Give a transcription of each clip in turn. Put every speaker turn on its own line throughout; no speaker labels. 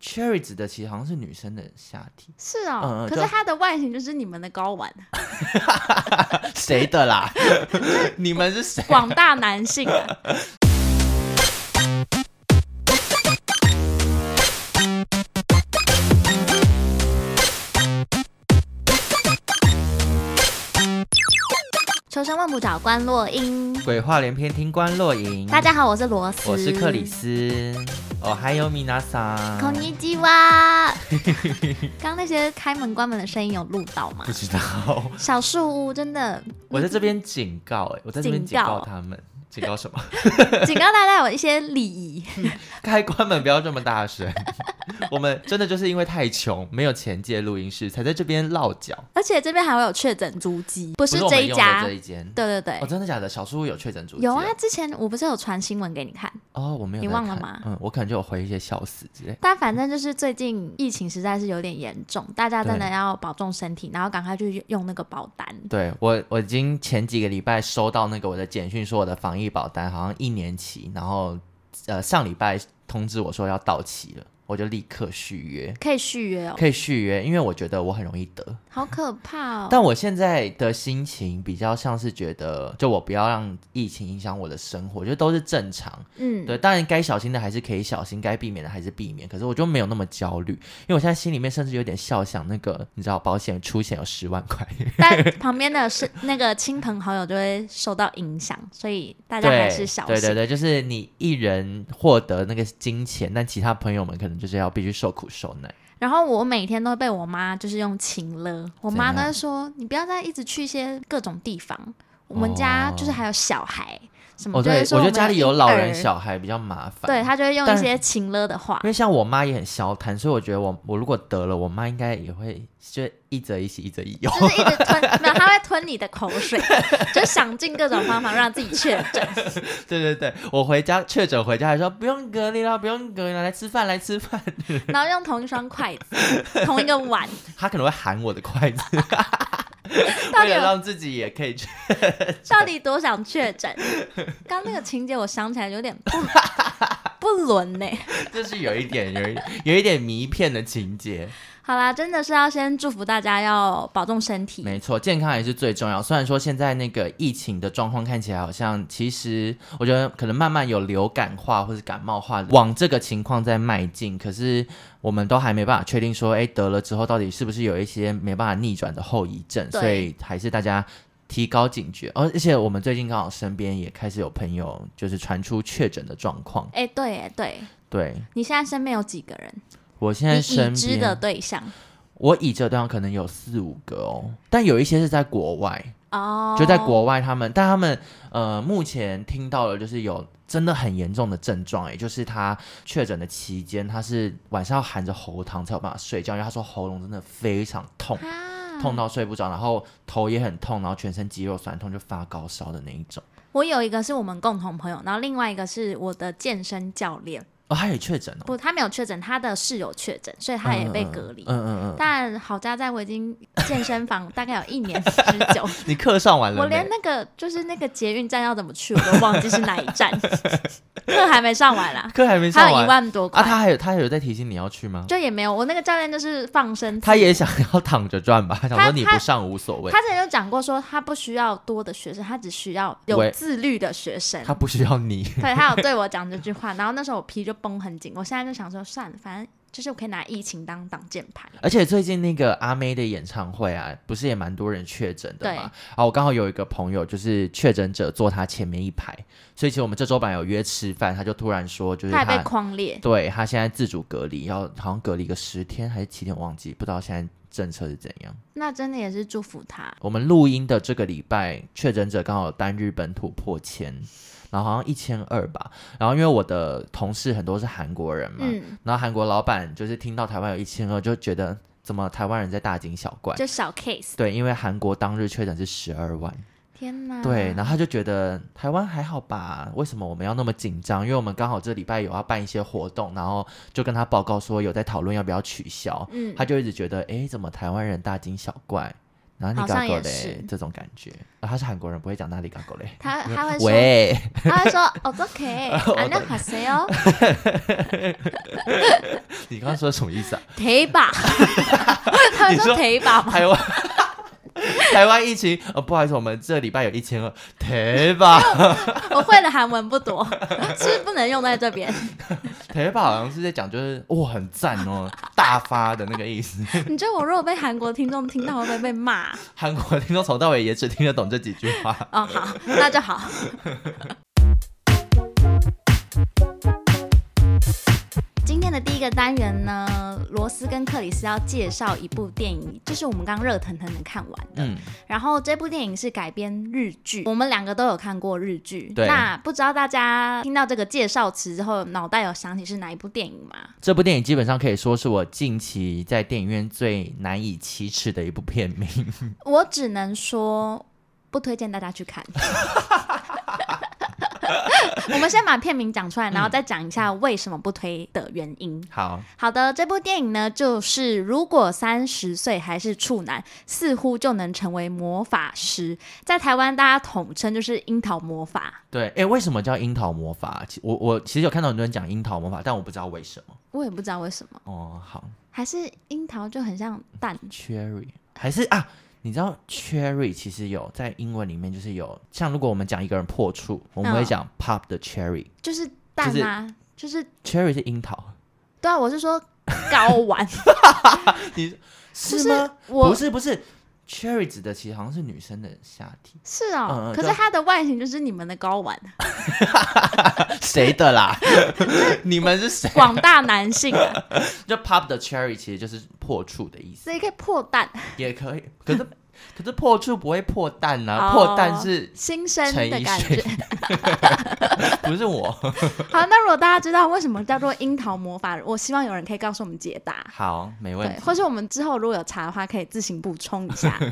Cherry 指的其实好像是女生的下体，
是哦，
嗯嗯
可
就是
它的外形就是你们的睾丸，
谁的啦？你们是谁？
广大男性、啊。求生问不找关洛英，
鬼话连篇，听官落影。
大，家好，我是罗斯，
我是克里斯。哦，还有米娜桑。
孔尼基哇！ 刚刚那些开门关门的声音有录到吗
不？知道，
小树屋真的
我在这边警告、哎，我在这边警
警
告
告
他们。警告什么？
警告大家有一些礼仪，
开关门不要这么大声。 我们真的就是因为太穷，没有钱借录音室，才在这边落脚。
而且这边还会有确诊足迹，不
不
是
我
这
们
一
用
家
的这，一间。
对对对
哦，，真的假的？小叔有确诊主
有啊，之前我不是有传新闻给你看，
哦，我没有
你
在
忘了
看
吗
嗯，我可能就有回一些笑死之类。
但反正就是最近疫情实在是有点严重，大家真的
对
要保重身体，然后赶快去用那个保单。
对我，我已经前几个礼拜收到那个我的简讯，说我的防疫保单好像一年期，然后呃上礼拜通知我说要到期了，我就立刻续约，
可以续约哦，
可以续约，因为我觉得我很容易得。
好可怕哦！
但我现在的心情比较像是觉得，就我不要让疫情影响我的生活，就都是正常。
嗯，
对，当然该小心的还是可以小心，该避免的还是避免。可是我就没有那么焦虑，因为我现在心里面甚至有点笑想那个，你知道保险出险有十万块，
但旁边的是那个亲朋好友就会受到影响，所以大家还是小
对对
心。
对，就是你一人获得那个金钱，但其他朋友们可能就是要必须受苦受难。
然后我每天都会被我妈就是用情了，我妈
怎
都
样
会说你不要再一直去一些各种地方，我们家就是还有小孩什
哦，
么，就
对
是，说
我觉得
们
家里有
婴
老人、
儿，
小孩比较麻烦。
对，她就会用一
但
些情了的话
因。为像我妈也很消瘫，所以我觉得我我如果得了，我妈应该也会就一则一喜一则一忧。
就是一直吞，没有，他会吞你的口水，就想尽各种方法让自己确诊。
对对对，我回家确诊回家还说不用隔离了，不用隔离了，来吃饭来吃饭。
然后用同一双筷子、同一个碗，
他可能会喊我的筷子，
到
为
底有
了让自己也可以去。
到底多想确诊？刚那个情节我想起来有点不 不伦呢、
就是有一点有一有一点迷片的情节。
好啦，真的是要先祝福大家要保重身体。
没错，健康还是最重要。虽然说现在那个疫情的状况看起来好像，其实我觉得可能慢慢有流感化或是感冒化，往这个情况在迈进。可是我们都还没办法确定说，哎，得了之后到底是不是有一些没办法逆转的后遗症，
对
所以还是大家。提高警觉，而、而且我们最近刚好身边也开始有朋友就是传出确诊的状况，
哎、对，哎，对，
对，
你现在身边有几个人？
我现
你
在
已
身
知的
边，
对象
我已这对象可能有四五个哦，但有一些是在国外，
哦，
就在国外他们，但他们呃目前听到了就是有真的很严重的症状，也就是他确诊的期间，他是晚上要含着喉糖才有办法睡觉，因为他说喉咙真的非常痛，
啊，
痛到睡不着，然后头也很痛，然后全身肌肉酸痛，就发高烧的那一种。
我有一个是我们共同朋友，然后另外一个是我的健身教练。
哦，他也确诊哦，
不，他没有确诊，他的室友确诊，所以他也被隔离。
嗯嗯嗯嗯嗯，
但好家在我已经健身房大概有一年之 久，
嗯你课上完
我
了
连
没？
那个就是那个捷运站要怎么去我都忘记是哪一站， 课还没上完啦，啊
课还没
还
上
有一
完
万多块，
啊？他还有他还有在提醒你要去吗？
就也没有。我那个教练就是放生自
他也想要躺着赚吧，他想
他
说你不上无所谓，
他之前就讲过说，他不需要多的学生，他只需要有
喂
自律的学生。
他不需要你。
对他有对我讲这句话，然后那时候我皮就绷很紧，我现在就想说算了，反正就是我可以拿疫情当挡箭牌。
而且最近那个阿妹的演唱会啊，不是也蛮多人确诊的嘛？啊，我刚好有一个朋友就是确诊者坐他前面一排，所以其实我们这周本来有约吃饭，他就突然说就是
他
他
也被框列，
对他现在自主隔离，要好像隔离个十天还是七天，我忘记不知道现在政策是怎样。
那真的也是祝福他。
我们录音的这个礼拜，确诊者刚好单日本土破千，然后好像一千二吧。然后因为我的同事很多是韩国人嘛，
嗯，
然后韩国老板就是听到台湾有一千二，就觉得怎么台湾人在大惊小怪。
就小 case。
对，因为韩国当日确诊是十二万，
天哪！
对，然后他就觉得台湾还好吧？为什么我们要那么紧张？因为我们刚好这礼拜有要办一些活动，然后就跟他报告说有在讨论要不要取消，
嗯，
他就一直觉得，哎，怎么台湾人大惊小怪？然后
好
你
像
搞狗
也是
嘞这种感觉，然后他是韩国人，不会讲哪里搞狗嘞。
他他会说，
喂，
他会说哦，OK，안 녕하세요，
你刚刚说什么意思啊？
대박，他会
你
说
说
대박吗？
台湾台湾疫情，呃，不好意思，我们这礼拜有一千二，台吧，
我会的韩文不多，是不是不能用在这边？
台吧好像是在讲就是哇很赞哦，大发的那个意思。
你觉得我如果被韩国听众听到，会不会被骂？
韩国听众从头到尾也只听得懂这几句话。
哦，好，那就好。今天的第一个单元呢，罗斯跟克里斯要介绍一部电影，就是我们刚热腾腾的看完的。
嗯，
然后这部电影是改编日剧，我们两个都有看过日剧。
对
那不知道大家听到这个介绍词之后，脑袋有想起是哪一部电影吗？
这部电影基本上可以说是我近期在电影院最难以启齿的一部片名。
我只能说，不推荐大家去看。 我们先把片名讲出来，然后再讲一下为什么不推的原因。
好，
好的，这部电影呢，就是如果三十岁还是处男，似乎就能成为魔法师。在台湾，大家统称就是樱桃魔法。
对，哎，为什么叫樱桃魔法？其我我其实有看到很多人讲樱桃魔法，但我不知道为什么。
我也不知道为什么，
哦，好
还是樱桃就很像蛋。
，cherry 还是啊？你知道 cherry 其实有在英文里面就是有，像如果我们讲一个人破处，我们
嗯
会讲 pop 的 cherry，、
就是蛋啊，就是、
cherry 是樱桃，
对啊，我是说睾 丸，就是
是吗？
我
不是不是，cherry 指的其实好像是女生的下体，
是哦，
嗯嗯
可是
对啊
它的外形就是你们的睾丸，
谁的 啦？你们是 谁？
广大男性 啊，
就 pop 的 cherry 其实就是破处的意思，
所以可以破蛋，
也可以。可 是可是破处不会破蛋啊，
哦
破蛋是
新生
陈
的
奕
感
迅
觉。，
不是我。
好，那如果大家知道为什么叫做樱桃魔法，我希望有人可以告诉我们解答，
好，没问
对，
题。
或是我们之后如果有查的话，可以自行补充一下。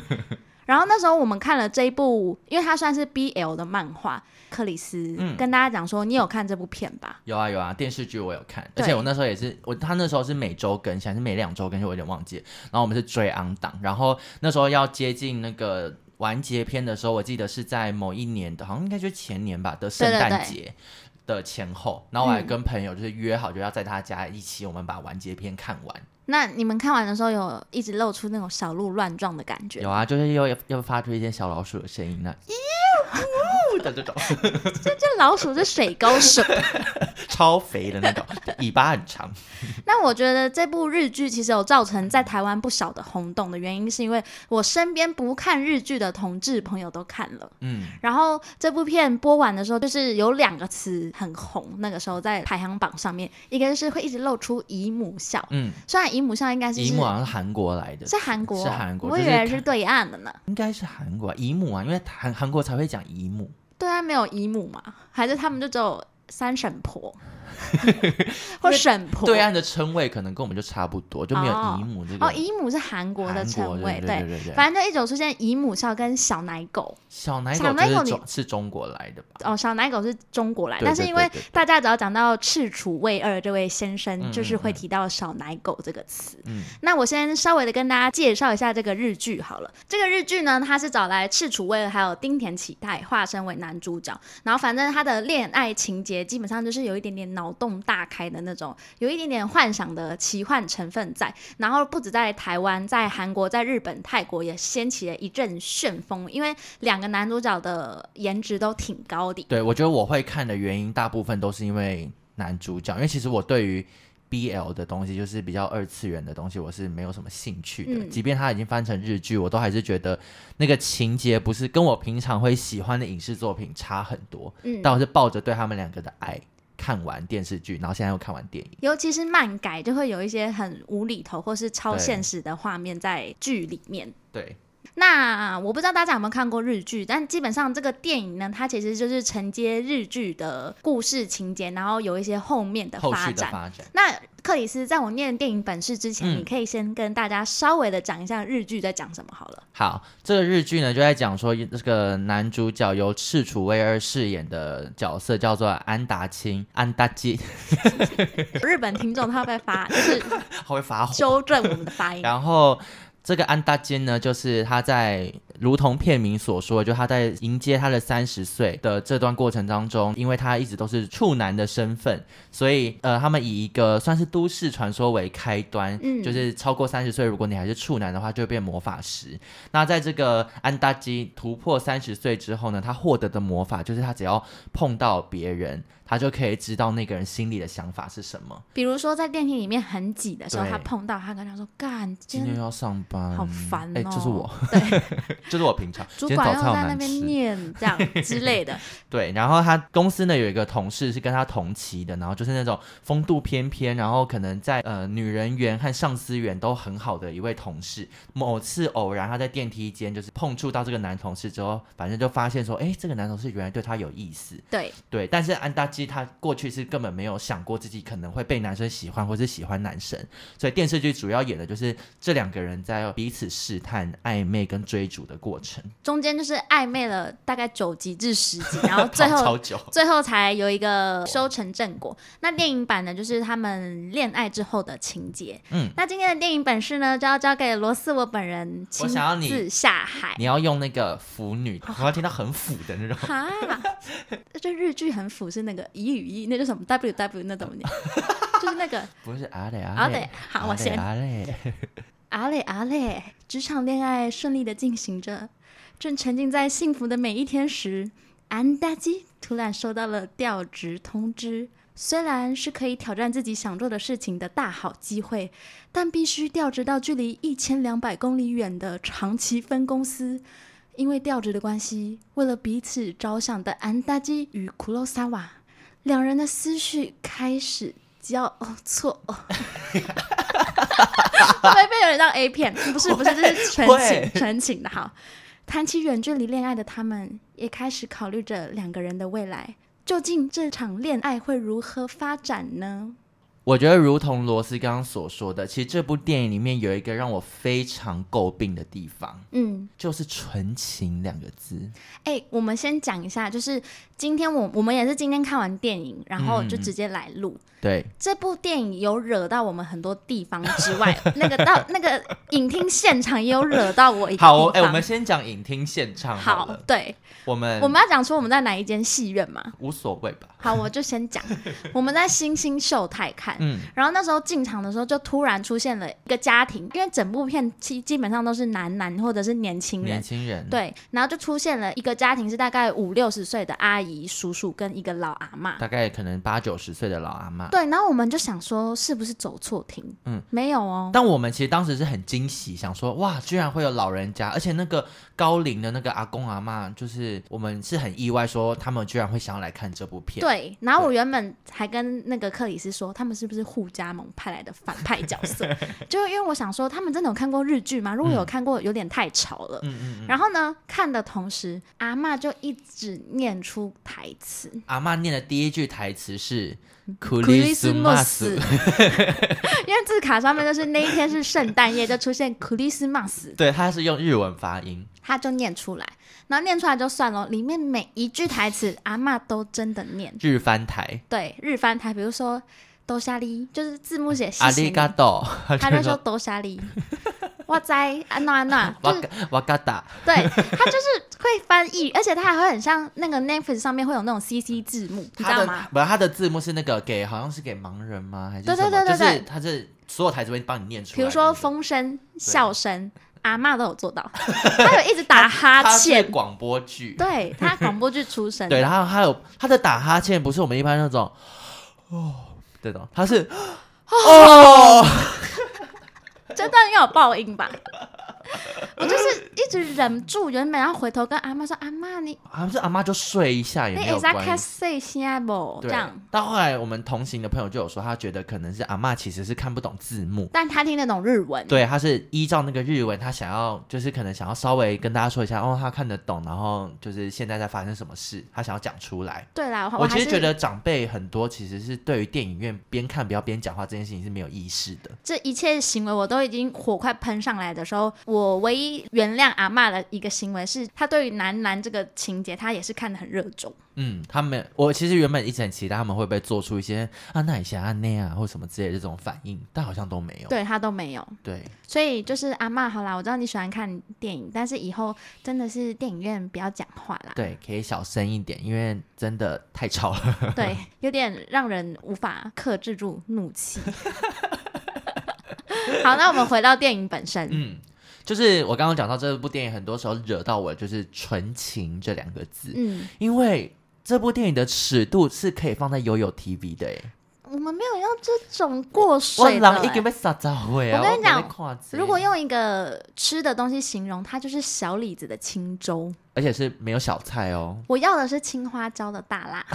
然后那时候我们看了这一部，因为它算是 BL 的漫画，克里斯、
嗯
跟大家讲说，你有看这部片吧？
有啊有啊，电视剧我有看，
对
而且我那时候也是我他那时候是每周更新，还是每两周更新，我有点忘记了。然后我们是追昂档，然后那时候要接近那个完结篇的时候，我记得是在某一年的，好像应该就是前年吧的圣诞节的前后，然后我还跟朋友就是约好，就要在他家一起我们把完结篇看完。
那你们看完的时候有一直露出那种小鹿乱撞的感觉
有，啊，就是又又发出一些小老鼠的声音啊 呢、的这种
这老鼠是水沟鼠。
超肥的那种，尾巴很长。
那我觉得这部日剧其实有造成在台湾不少的轰动的原因，是因为我身边不看日剧的同志朋友都看了。
嗯，
然后这部片播完的时候，就是有两个词很红，那个时候在排行榜上面，一个就是会一直露出姨母笑，
嗯，
虽然姨母笑应该是
姨母好像是韩国来的，
是韩国，
是韩国
我以
就是
为
看
是对岸的呢。
应该是韩国啊姨母啊，因为韩韩国才会讲姨母。
对岸没有姨母嘛？还是他们就只有三婶 婆或婶婆？
对啊岸的称谓可能跟我们就差不多，就没有姨母这个。
哦，姨母是韩国的
韩
称谓，
对对对对对。
反正就一直有出现姨母笑跟小奶狗
小奶
小
狗
奶
就
狗
是
你
中是中国来的吧？
哦，小奶狗是中国来，
对
但是
对
因
对
为
对对
大家只要讲到赤楚卫二这位先生，
嗯
就是
嗯
会
嗯
提到小奶狗这个词。
嗯
那我先稍微的跟大家介绍一下这个日剧好了。这个日剧呢，它是找来赤楚卫二还有丁田启泰化身为男主角，然后反正他的恋爱情节基本上就是有一点点脑洞大开的那种，有一点点幻想的奇幻成分在。然后不止在台湾，在韩国、在日本、泰国也掀起了一阵旋风，因为两个男主角的颜值都挺高的。
对，我觉得我会看的原因大部分都是因为男主角，因为其实我对于 BL 的东西，就是比较二次元的东西，我是没有什么兴趣的。
嗯
即便它已经翻成日剧，我都还是觉得那个情节不是跟我平常会喜欢的影视作品差很多。
嗯，
但我是抱着对他们两个的爱看完电视剧，然后现在又看完电影。
尤其是漫改，就会有一些很无厘头或是超现实的画面在剧里面。
对，
那我不知道大家有没有看过日剧，但基本上这个电影呢，它其实就是承接日剧的故事情节，然后有一些后面的
后
发
续的
展。
发展。
那克里斯，在我念电影本事之前，
嗯
你可以先跟大家稍微的讲一下日剧在讲什么好 了。
好，这个日剧呢就在讲说，这个男主角由赤楚卫二饰演的角色叫做安达清，安达基，
日本听众他会发，就是
他会发火。
纠正我们的发音。
然后这个安大金呢，就是他在如同片名所说的，就他在迎接他的三十岁的这段过程当中，因为他一直都是处男的身份，所以呃，他们以一个算是都市传说为开端，
嗯
就是超过三十岁，如果你还是处男的话，就会变魔法师。那在这个安达基突破三十岁之后呢，他获得的魔法就是他只要碰到别人，他就可以知道那个人心里的想法是什么。
比如说在电梯里面很挤的时候，
对
他碰到他跟他说：“干，今
今天
天
又要上班，
好烦哦
哎、就是 我，
对
就是我平常今
主
天
管
早
又
餐好
在那
难
边
吃。
念这样之类的。
对，然后他公司呢有一个同事是跟他同期的，然后就是那种风度翩翩，然后可能在呃女人缘和上司缘都很好的一位同事。某次偶然他在电梯间就是碰触到这个男同事之后，反正就发现说，哎，这个男同事原来对他有意思。”
对，
对，但是安达基他过去是根本没有想过自己可能会被男生喜欢，或是喜欢男生，所以电视剧主要演的就是这两个人在彼此试探、暧昧跟追逐的过程，
中间就是暧昧了大概九集至十集，然后哦最
跑
后
超久。
最后才有一个修成正果。那电影版呢，就是他们恋爱之后的情节。
嗯，
那今天的电影本事呢，就要交给罗斯我本人亲
我想要你
自下海。。
你要用那个腐女，我要听到很腐的那种
哈， 就日剧很腐是那个一语一，那叫什么 W W 那种，就是那个
不是阿嘞
啊
阿
对
嘞，，
好，我先
阿嘞，
啊嘞啊嘞，职场恋爱顺利的进行着，正沉浸在幸福的每一天时，安达基突然收到了调职通知。虽然是可以挑战自己想做的事情的大好机会，但必须调职到距离一千两百公里远的长期分公司。因为调职的关系，为了彼此着想的安达基与库洛萨瓦，两人的思绪开始交哦错哦。会不会被有人当 A 片？不是不是，这是纯情
会
纯情的。好，谈起远距离恋爱的他们，也开始考虑着两个人的未来，究竟这场恋爱会如何发展呢？
我觉得如同罗斯刚刚所说的，其实这部电影里面有一个让我非常诟病的地方，
嗯，
就是“纯情”两个字。
哎、我们先讲一下，就是今天我我们也是今天看完电影，然后就
嗯
直接来录。
对，
这部电影有惹到我们很多地方之 外，那个到那个影厅现场也有惹到我一个
好，
地
哎、
方
我们先讲影厅现场好
好
了，嗯
对，
我们
我们要讲出我们在哪一间戏院嘛？
无所谓吧。
好，我就先 讲，我们在星星秀泰看。
嗯，
然后那时候进场的时候，就突然出现了一个家庭，因为整部片基基本上都是男男或者是年轻人
年，轻人，
对，然后就出现了一个家庭是大概五六十岁的阿姨、叔叔跟一个老阿妈，
大概可能八九十岁的老阿妈。
对，然后我们就想说是不是走错厅？
嗯，
没有哦，
但我们其实当时是很惊喜，想说哇，居然会有老人家，而且那个高龄的那个阿公阿妈，就是我们是很意外，说他们居然会想要来看这部片。
对，然后我原本还跟那个克里斯说，他们是不是互加盟派来的反派角 色？就因为我想说，他们真的有看过日剧吗？如果有看过，有点太吵了。
嗯嗯嗯嗯，
然后呢，看的同时，阿嬷就一直念出台词
阿妈念的第一句台词是
“
库
Christmas” 因为字卡上面就是那一天是圣诞夜，就出现 Christmas，
对，他是用日文发音。
他就念出来，然后念出来就算了，里面每一句台词阿嬷都真的念。
日翻台，
对，日翻台，比如说“多夏利”，就是字幕写“谢
啊阿
谢
里
你”，
嘎多，
他就说多沙利， 哇塞，啊安娜安娜，
哇
就
嘎
是
哇嘎达，
对他就是会翻译，而且他还会很像那个 Netflix 上面会有那种 CC 字幕，你知
他
道
的
吗？
不，他的字幕是那个给，好像是给盲人吗？还是
对
什么
对对对对
就是他是所有台词会帮你念出来的。
比如说风声、笑声，阿嬷都有做 到，他有一直打哈
他是
欠，
广播剧，
对他广播剧出 身，
对，然后还有他的打哈欠不是我们一般那种哦这种，他是哦，
这段应该有报应吧？我就是一直忍住，原本要回头跟阿嬷说：“阿嬷，你
好像是阿妈就睡一下也哎
你
没
也
有
在看
关系。
谁现不？”这
对
样，，
到后来我们同行的朋友就有说，他觉得可能是阿妈其实是看不懂字幕，
但他听得懂日文，
对，他是依照那个日文，他想要就是可能想要稍微跟大家说一下，哦，他看得懂，然后就是现在在发生什么事，他想要讲出来。
对啦，
我
哦还
其
是
实觉得长辈很多其实是对于电影院边看不要边讲话这件事情是没有意识的。
这一切行为我都已经火快喷上来的时候，我我唯一原谅阿嬷的一个行为是，她对于男男这个情节，她也是看得很热衷。
嗯，他们我其实原本一直很期待他们会不会做出一些啊那一下啊那啊或什么之类的这种反应，但好像都没有。
对她都没有。
对
所以就是阿嬷，好啦，我知道你喜欢看电影，但是以后真的是电影院不要讲话啦，
对，可以小声一点，因为真的太吵了。
对，有点让人无法克制住 怒气。好，那我们回到电影本身，
嗯，就是我刚刚讲到这部电影，很多时候惹到我的就是“纯情”这两个字，
嗯，
因为这部电影的尺度是可以放在悠悠 TV 的耶。
我们没有要这种过
我
水的、
狼已经
欸。
被杀到会啊！
我跟你讲
没看这
如果用一个吃的东西形容，它就是小李子的清粥。
而且是没有小菜哦，
我要的是青花椒的大 辣，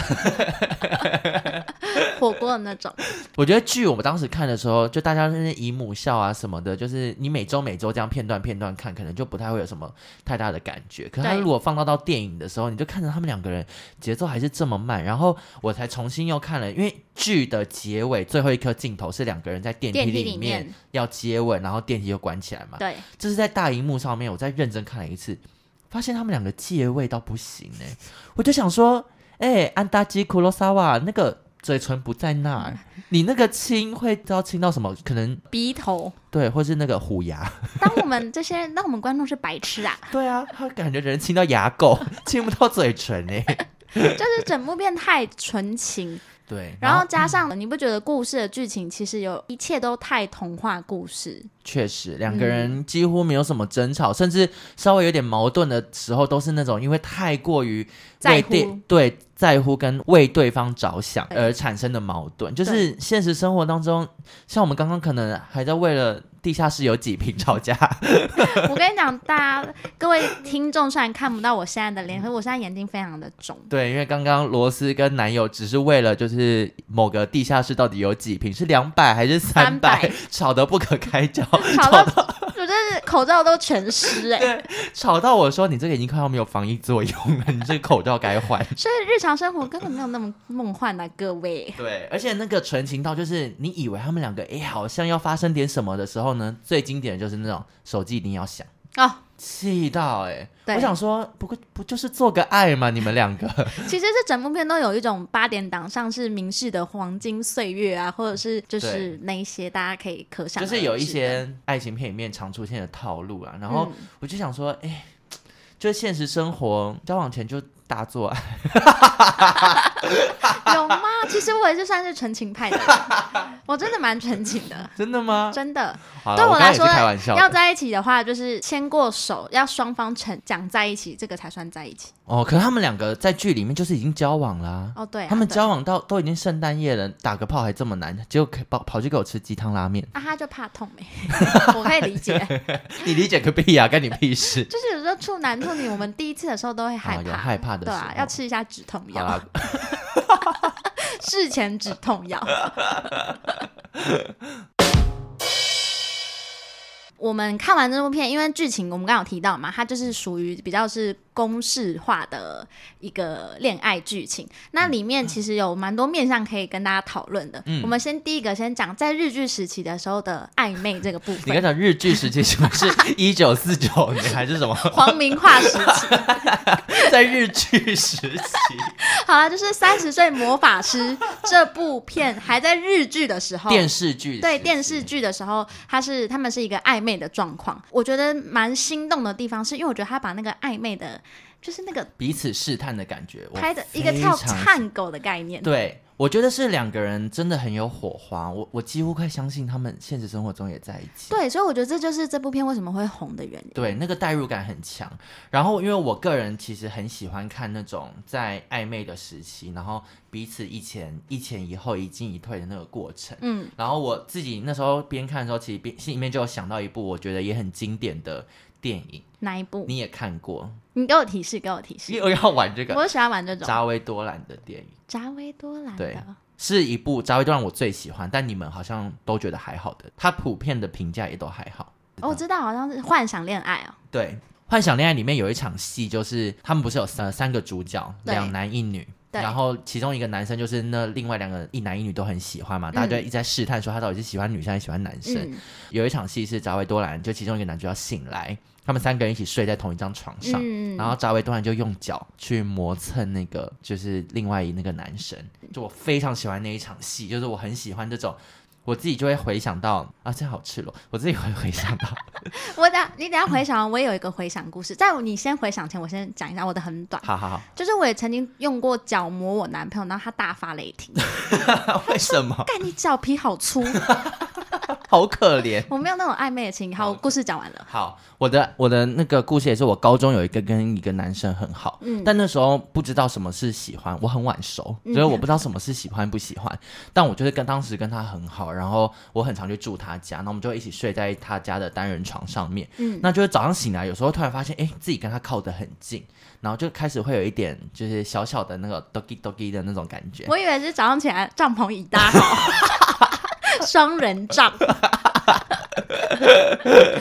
火锅的那种。
我觉得剧我们当时看的时候，就大家就是以母校啊什么的，就是你每周每周这样片段片段看，可能就不太会有什么太大的感觉。可是他
对
如果放到到电影的时候，你就看着他们两个人节奏还是这么慢，然后我才重新又看了，因为剧的结尾最后一颗镜头是两个人在电梯
电梯
里
里
面
面
要接吻，然后电梯就关起来嘛。
对，
这是在大荧幕上面，我再认真看了一次，发现他们两个借位到不行哎、我就想说，哎、安达基库洛萨瓦那个嘴唇不在那儿，你那个亲会知道亲到什么？可能
鼻头。
对，或是那个虎牙，
当我们这些，当我们观众是白痴啊，
对啊，他 感觉人亲到牙垢，亲不到嘴唇哎、
就是整部片太纯情，
对，
然
然
后
后
加上你不觉得故事的剧情其实有一切都太童话故事，
确实两个
嗯
人几乎没有什么争吵，甚至稍微有点矛盾的时候，都是那种因为太过于
在
为
乎
对对在乎跟为对方着想
对
而产生的矛盾，就是现实生活当中，像我们刚刚可能还在为了地下室有几瓶吵架，
我跟你讲，大家各位听众虽然看不到我现在的脸，可是我现在眼睛非常的肿。
对，因为刚刚罗斯跟男友只是为了就是某个地下室到底有几瓶是两百还是三百
300，
吵得不可开交，
吵
吵 到
到我真是口罩都全湿哎、
吵到我说你这个已经快要没有防疫作用了，你这个口罩该换。
所以日常生活根本没有那么梦幻啊，各位。
对，而且那个纯情到就是你以为他们两个诶好像要发生点什么的时候呢，最经典的就是那种手机一定要响。
哦，
气到哎、
对
我想说，不过不就是做个爱吗？你们两 个
其实这整部片都有一种八点档上是明视的黄金岁月啊，或者是就是那一些大家可以可想
就
而知的，
是有一些爱情片里面常出现的套路啊。然后
嗯
我就想说，哎、就现实生活交往前就大做爱，
有吗？其实我也是算是纯情派的人， 我真的蛮纯情的，
真的吗？
真的。
好了，
对
我
我
刚才也
来
是
说
开玩笑，
要在一起的话，就是牵过手，要双方成讲在一起，这个才算在一起。
哦。可是他们两个在剧里面就是已经交往啦、
哦，对啊、
他们
对
交往到都已经圣诞夜了，打个炮还这么难，结果可跑跑去给我吃鸡汤拉面，
啊，他就怕痛 没、我可以理解。！
你理解个屁呀、干你屁事
就是有时候处男处女，我们第一次的时候都会 害
哦有
怕，
害怕的
对
时
啊，
候
要吃一下止痛
好
药
啦，，
事前止痛药。 我们看完这部片，因为剧情我们刚刚有提到嘛，它就是属于比较是公式化的一个恋爱剧情。那里面其实有蛮多面向可以跟大家讨论的。我们先第一个先讲在日剧时期的时候的暧昧这个部
你刚
分，
讲日剧时期什么是一九四九年还是什 么？
黄明化时期。
在日剧时 期，
好了，就是《三十岁魔法师》这部片还在日剧的时候，
电视剧
对
时期
电视剧的时候，他是他们是一个暧昧的状况。我觉得蛮心动的地方，是因为我觉得他把那个暧昧的，就是那个
彼此试探的感觉，我
拍的一个跳
非常
探狗的概念，
对。我觉得是两个人真的很有火花，我我几乎快相信他们现实生活中也在一起。
对，所以我觉得这就是这部片为什么会红的原因。
对，那个代入感很强。然后，因为我个人其实很喜欢看那种在暧昧的时期，然后彼此一前一前一后、一进一退的那个过程。
嗯，
然后我自己那时候边看的时候，其实边心里面就有想到一部我觉得也很经典的电影，
哪一部？
你也看过，
你给我提示，给我提示。
又要玩这个
我喜欢玩这种
扎维多兰的电影。
扎维多兰
对
的，哦
是一部扎维多让我最喜欢，但你们好像都觉得还好的，它普遍的评价也都还好。
哦我知道，好像是幻想恋爱哦。
对，《幻想恋爱》里面有一场戏，就是他们不是有三三个主角，
对
两男一女，
对
然后其中一个男生就是那另外两个一男一女都很喜欢嘛，大家就一直在试探说他到底是喜欢女生还是喜欢男生。
嗯
有一场戏是扎维多兰，就其中一个男主角醒来，他们三个人一起睡在同一张床上，
嗯
然后扎维多兰就用脚去磨蹭那个就是另外一那个男生，就我非常喜欢那一场戏，就是我很喜欢这种。我自己就会回想到啊，这好赤裸。我自己会回想到，
我等下你等下回想，我也有一个回想故事。在你先回想前，我先讲一下我的很短，
好好好，
就是我也曾经用过脚磨我男朋友，然后他大发雷霆，
为什么？
哎干你脚皮 好粗，
好可怜。啊
我没有那种暧昧的情。好，我故事讲完了。
好，我的我的那个故事也是我高中有一个跟一个男生很好，
嗯
但那时候不知道什么是喜欢，我很晚熟，所以我不知道什么是喜欢不喜欢，但我就是跟当时跟他很好，然后我很常去住他家，那我们就一起睡在他家的单人床上面，
嗯
那就是早上醒来，有时候突然发现，哎、自己跟他靠得很近，然后就开始会有一点就是小小的那个 doggy doggy 的那种感觉，
我以为是早上起来帐篷已搭好， 双人帐，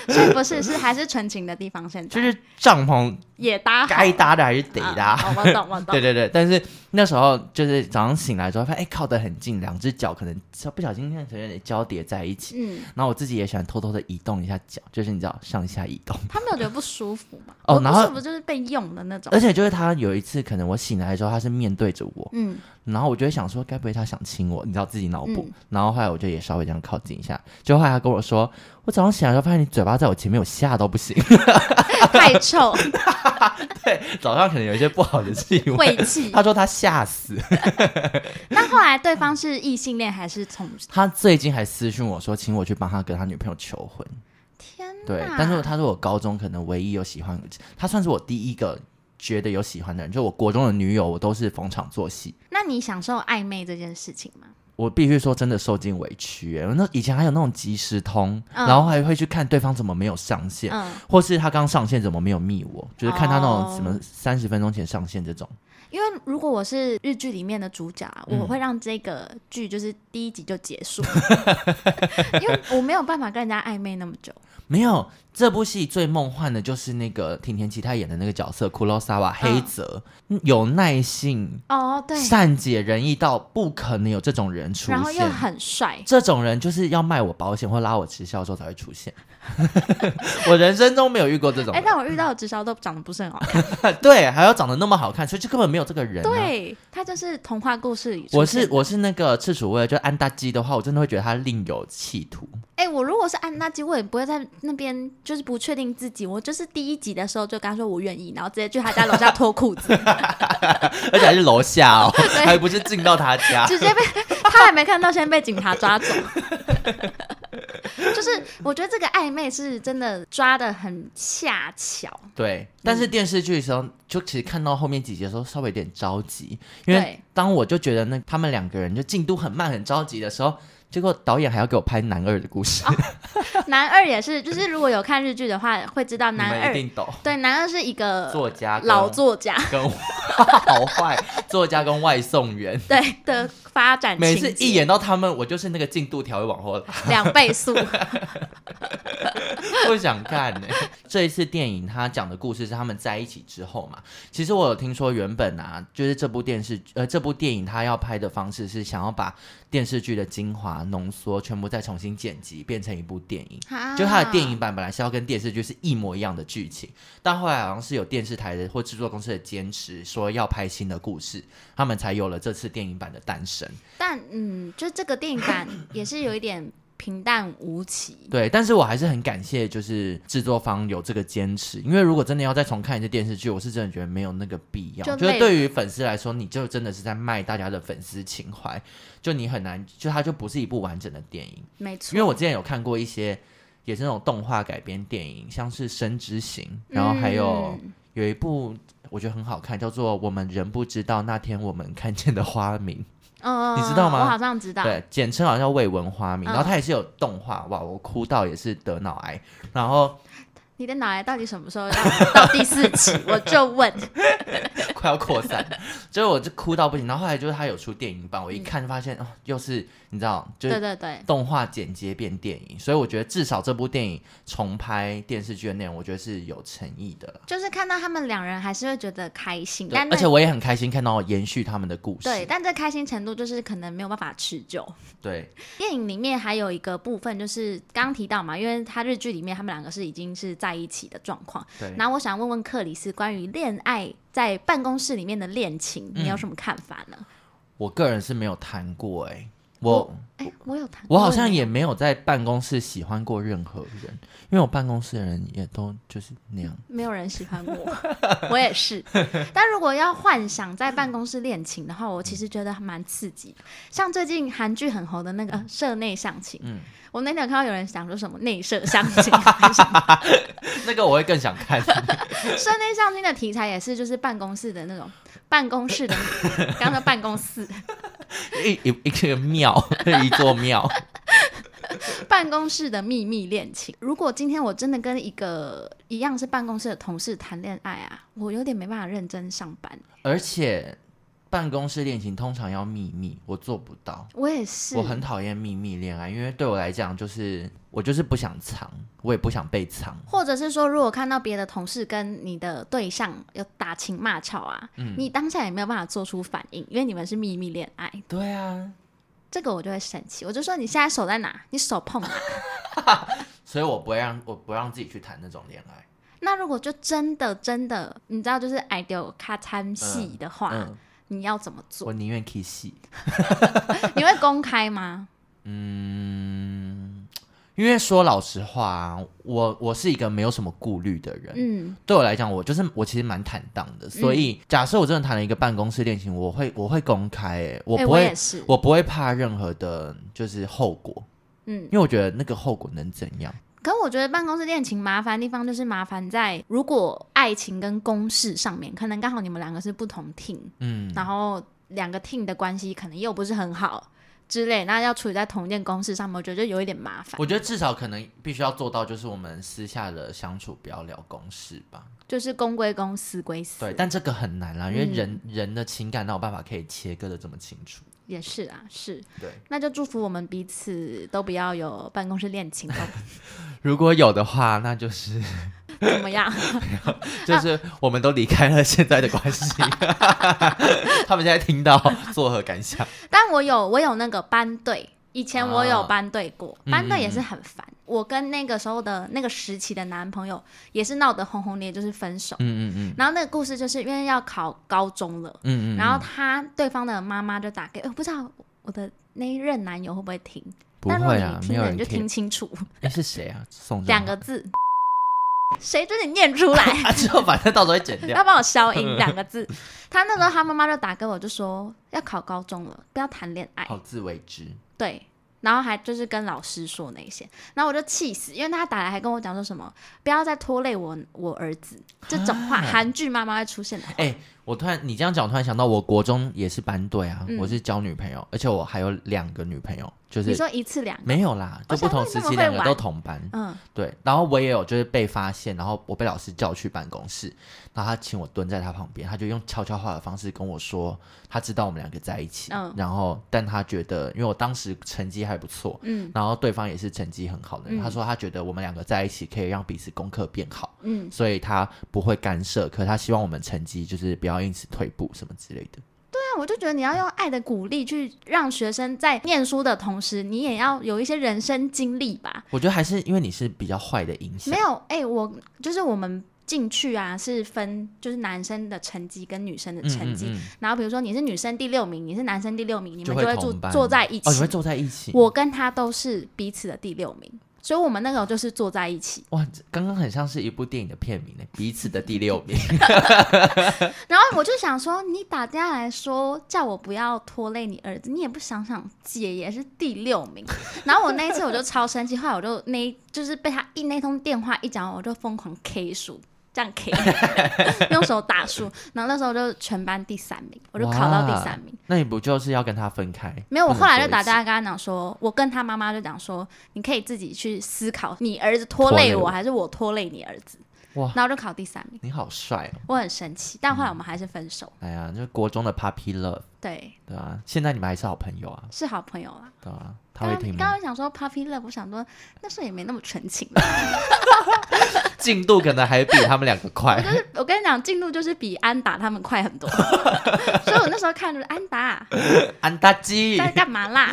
所以不是是还是纯情的地方，现在
就是帐篷
也搭好
该搭的还是得
啊
搭。
哦我懂我懂
对。对对，但是那时候就是早上醒来之后，发现哎、靠得很近，两只脚可能不小心变成有点交叠在一起。
嗯，
然后我自己也喜欢偷偷的移动一下脚，就是你知道上下移动。
他没有觉得不舒服嘛？
哦
我不
然后呃
是不就是被用的那种
而？且就是他有一次，可能我醒来的时候，他是面对着我，
嗯，
然后我就会想说，该不会他想亲我？你知道自己脑补。
嗯
然后后来我就也稍微这样靠近一下，就后来他跟我说，我早上醒来的时候发现你嘴巴在我前面，我吓到不行。
太臭，
对，早上可能有一些不好的气
晦
味。
气。
他说他吓死，
那后来对方是异性恋还是同？
他最近还私讯我说，请我去帮他跟他女朋友求婚。
天哪！
对，但是他是我高中可能唯一有喜欢，他算是我第一个觉得有喜欢的人。就我国中的女友，我都是逢场作戏。
那你享受暧昧这件事情吗？我
我必须说，真的受尽委屈、欸。那以前还有那种即时通，
嗯
然后还会去看对方怎么没有上线，
嗯，
或是他刚上线怎么没有密我，就是看他那
哦
种什么三十分钟前上线这种。
因为如果我是日剧里面的主角啊，
嗯
我会让这个剧就是第一集就结 束，因为我没有办法跟人家暧昧那么久。
没有，这部戏最梦幻的就是那个挺田启太演的那个角色库洛萨瓦黑泽，有耐性、
哦，嗯对，
善解人意到不可能有这种人出现，
然后又很帅，
这种人就是要卖我保险或拉我直销的时候才会出现。 我人生中没有遇过这种
哎，
人，
但我遇到的直销都长得不是很好看。啊
对，还要长得那么好看，所以就根本没有这个人、啊。，
对，他就是童话故事里出
我
现
是
的。
我是那个赤楚卫，就安大基的话，我真的会觉得他另有企图。
哎、我如果是按那集，我也不会在那边就是不确定自己。我就是第一集的时候就跟他说我愿意，然后直接去他家楼下脱裤子，
而且还是楼下 哦，还不是进到他家。
直接被他还没看到，先被警察抓走。 就是我觉得这个暧昧是真的抓的很恰巧，
对，但是电视剧的时候，就其实看到后面几集的时候，稍微有点着急，因为
对，
当我就觉得那他们两个人就进度很慢、很着急的时候，结果导演还要给我拍男二的故事，
哦男二也是，就是如果有看日剧的话会知道
你
男
们一
二，
定懂。
对，男二是一个
作家跟
老作家
跟 好坏作家跟外送员，
对的发展
每
情节，
次一演到他们，我就是那个进度条会往后拉，
两倍速，
不想看呢、 这一次电影他讲的故事是他们在一起之后嘛，其实我有听说原本啊，就是这部电视呃这部电影他要拍的方式是想要把电视剧的精华浓缩，全部再重新剪辑变成一部电影。
啊
就他的电影版本来是要跟电视剧是一模一样的剧情，但后来好像是有电视台的或制作公司的坚持，说要拍新的故事，他们才有了这次电影版的诞生。
但嗯，就这个电影版也是有一点平淡无奇。
对，但是我还是很感谢，就是制作方有这个坚持，因为如果真的要再重看一次电视剧，我是真的觉得没有那个必要。
就
就
累
是对于粉丝来说，你就真的是在卖大家的粉丝情怀，就你很难，就它就不是一部完整的电影。
没
因为
错，
我之前有看过一些也是那种动画改编电影，像是《生之行》，然后还有、
嗯
有一部我觉得很好看，叫做《我们仍不知道那天我们看见的花名》。
嗯
你知道吗
我好像知道。
对，简称好像叫未闻花名，
嗯
然后它也是有动画，哇，我哭到也是得脑癌，然后
你的脑袋到底什么时候要到第四期？我就问，
快要扩 散，就是我就哭到不行。然后后来就是他有出电影版，我一看就发现、哦，又是你知道， 就
对
是
对对，
动画剪接变电影，所以我觉得至少这部电影重拍电视剧的内容，我觉得是有诚意的啦。
就是看到他们两人还是会觉得开心，
对，
但
而
那
且我也很开心看到延续他们的故事。
对，但这开心程度就是可能没有办法持久。
对
电影里面还有一个部分就是刚提到嘛，因为他日剧里面他们两个是已经是在一起的状况。
对
然后我想问问克里斯关于恋爱在办公室里面的恋情，你
嗯
有什么看法呢？
我个人是没有谈过哎、我
哎、我有谈，
我好像
有
也没有在办公室喜欢过任何人，因为我办公室的人也都就是那样。
没有人喜欢我，我 也是。但如果要幻想在办公室恋情的话，我其实觉得还蛮刺激的。像最近韩剧很红的那个呃《社内相亲》，
嗯
我那天有看到有人想说什么内射相亲，还是什么
那个我会更想看。
社内相亲的题材也是就是办公室的那种办公室的，刚刚说办公室
一一一个庙，一座庙。
办公室的秘密恋情。如果今天我真的跟一个一样是办公室的同事谈恋爱啊，我有点没办法认真上班。
而且办公室恋情通常要秘密，我做不到。
我也是，
我很讨厌秘密恋爱，因为对我来讲，就是我就是不想藏，我也不想被藏。
或者是说，如果看到别的同事跟你的对象有打情骂俏啊，
嗯
你当下也没有办法做出反应，因为你们是秘密恋爱，
对啊，
这个我就会生气，我就说你现在手在哪？你手 碰哪？
所以我不会让我不让自己去谈那种恋爱。
那如果就真的真的，你知道就是矮丢咔参戏的话，
嗯，
你要怎么做？
我宁愿 kiss，
你会公开 吗？
因为说老实话啊，我我是一个没有什么顾虑的人。
嗯，
对我来讲，我就是我其实蛮坦荡的，所以假设我真的谈了一个办公室恋情，我会我会公开、欸，我
哎
不会
也是，
我不会怕任何的，就是后果，
嗯
因。为我觉得那个后果能怎样？
可我觉得办公室恋情麻烦的地方就是麻烦在，如果爱情跟公事上面，可能刚好你们两个是不同 team，
嗯，
然后两个 team 的关系可能又不是很好之类，那要处理在同一件公事上面，我觉得就有一点麻烦
我，觉得至少可能必须要做到，就是我们私下的相处不要聊公事吧。
就是公归公，私归私。
对，但这个很难啦，因为
嗯
人、人的情感哪有办法可以切割的这么清楚？
也是啊，是。
对，
那就祝福我们彼此都不要有办公室恋情哦咯，
如果有的话，那就是
怎么样？
就是我们都离开了现在的关 系， 他们现在听到作何感 想？
但我有我有那个班队，以前我有
啊
班队过，
嗯
班队也是很烦。我跟那个时候的那个时期的男朋友也是闹得轰轰烈，烈，就是分手。
嗯嗯嗯
然后那个故事就是因为要考高中了，
嗯嗯，
然后他对方的妈妈就打给，我、不知道我的那一任男友会不会听，
不
但如果
会
你
啊，没
听
有
了你
人
就听
听。
清楚
哎，是谁啊？宋
两个字，谁准你念出 来？
啊，之后反正到时候会剪掉
要。 帮我消 音两个字。他那时候他妈妈就打给我，就说要考高中了，不要谈恋爱。
好自为之。
对，然后还就是跟老师说那些，然后我就气死，因为他打来还跟我讲说什么不要再拖累我我儿子这种话，
啊
韩剧妈妈会出现的话。
哎、我突然你这样讲，我突然想到，我国中也是班队啊，
嗯
我是交女朋友，而且我还有两个女朋友，就
你
是
说一次两个，
没有啦，
哦
就不同
现
时
在这
期
么会
两个
玩
都同班。
嗯，
对，然后我也有就是被发现，然后我被老师叫去办公室，然后他请我蹲在他旁边，他就用悄悄话的方式跟我说，他知道我们两个在一起，
嗯
然后但他觉得，因为我当时成绩还不错，
嗯
然后对方也是成绩很好的人，
嗯
他说他觉得我们两个在一起可以让彼此功课变好，
嗯，
所以他不会干涉，可他希望我们成绩就是不要因此退步什么之类的。
那啊我就觉得你要用爱的鼓励去让学生在念书的同时，你也要有一些人生经历吧。
我觉得还是因为你是比较坏的影响，
没有，哎、我就是我们进去啊，是分就是男生的成绩跟女生的
嗯
成绩。
嗯
然后比如说你是女生第六名，你是男生第六名，你
嗯
们
就
就会
同
坐
班
坐在一起。
哦，你会坐在一起。
我跟他都是彼此的第六名，所以我们那个就是坐在一起。
哇，这刚刚很像是一部电影的片名呢，彼此的第六名。
然后我就想说，你打电话来说叫我不要拖累你儿子，你也不想想姐也是第六名。然后我那一次我就超生气，后来我就那一就是被他一那通电话一讲，我就疯狂 K 数。这样 K，用手打数，然后那时候就全班第三名，我就考到第三名。
那你不就是要跟他分开？
没有，我
不能
后来就
坐
打
一起
电话跟他讲说，我跟他妈妈就讲说，你可以自己去思考，你儿子拖
拖
累
累
我，
我
还是我拖累你儿子？
哇
然后就考第三名，
你好帅哦！
我很生气，但后来我们还是分手，
哎呀，就是国中的 Puppy Love，
对，
对啊，现在你们还是好朋友啊，
是好朋友啦。
对啊，他
刚
会
刚
听
刚
吗？
刚想说 Puppy Love，我想说那时候也没那么纯情，
进度可能还比他们两个快。
我跟你讲，进度就是比安达他们快很多， 所以我那时候看就是安达 啊
安达基，
在干嘛啦？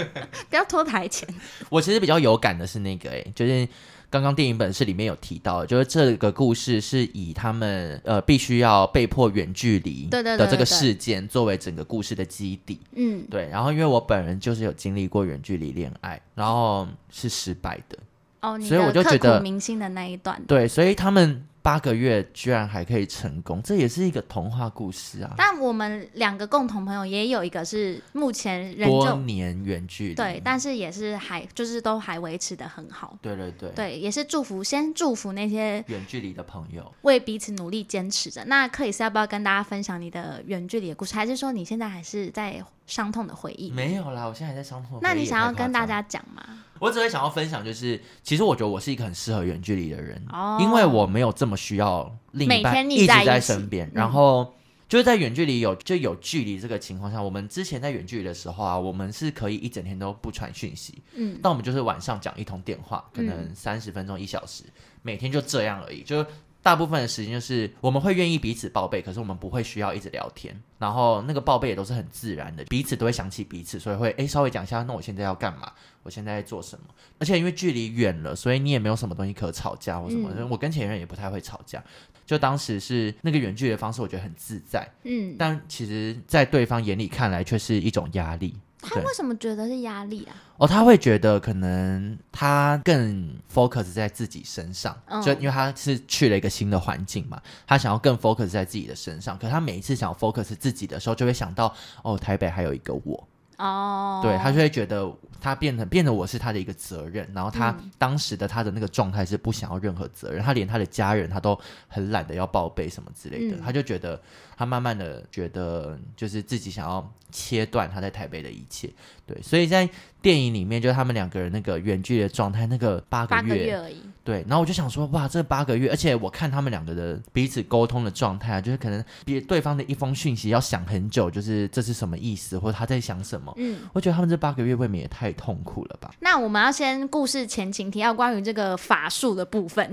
不要拖台前。
我其实比较有感的是那个、欸，就是刚刚电影本是里面有提到的，就是这个故事是以他们呃必须要被迫远距离
对对对
的这
对对
个事件作为整个故事的基底。
嗯，
对，然后因为我本人就是有经历过远距离恋爱，然后是失败的，
哦，你
所以我
的
就
刻
觉
骨
得
铭心的那一段。
对，所以他们八个月居然还可以成功，这也是一个童话故事啊。
但我们两个共同朋友也有一个是目前仍
多
旧
年远距离，
对，但是也是还就是都还维持的很好。
对对对，
对，也是祝福，先祝福那些
远距离的朋友。
为彼此努力坚持着。那克里斯要不要跟大家分享你的远距离的故事？还是说你现在还是在伤痛的回忆？
没有啦，我现在还在伤痛。
嗯那
回
你
忆也
想
太
要
夸
跟大
张
家讲吗？
我只会想要分享，就是其实我觉得我是一个很适合远距离的人，
哦
因为我没有这么需要另一
每
半
天腻
一直
在一起嗯
在身边，然后。就是在远距离有就有距离这个情况下，我们之前在远距离的时候啊，我们是可以一整天都不传讯息，
嗯，
但我们就是晚上讲一通电话，可能
嗯
三十分钟一小时，每天就这样而已。就大部分的时间就是我们会愿意彼此报备，可是我们不会需要一直聊天，然后那个报备也都是很自然的，彼此都会想起彼此，所以会诶稍微讲一下，那我现在要干嘛，我现在在做什么。而且因为距离远了，所以你也没有什么东西可吵架或什么的。
嗯
我跟前任也不太会吵架，就当时是那个远距离的方式，我觉得很自在，
嗯，
但其实在对方眼里看来却是一种压力。
他
对
为什么觉得是压力啊？
哦，他会觉得可能他更 focus 在自己身上，
嗯
就因为他是去了一个新的环境嘛，他想要更 focus 在自己的身上。可他每一次想要 focus 自己的时候，就会想到哦，台北还有一个我，
哦，
对他就会觉得他变成变得我是他的一个责任。然后他
嗯
当时的他的那个状态是不想要任何责任，他连他的家人他都很懒得要报备什么之类的，
嗯
他就觉得他慢慢的觉得就是自己想要切断他在台北的一切。对，所以在电影里面，就是他们两个人那个远距离的状态，那个八个
八
月，
个月而已。
对。然后我就想说，哇，这八个月，而且我看他们两个的彼此沟通的状态啊，就是可能别对方的一封讯息要想很久，就是这是什么意思，或者他在想什么。
嗯，
我觉得他们这八个月未免也太痛苦了吧？
那我们要先故事前情提要关于这个法术的部 分，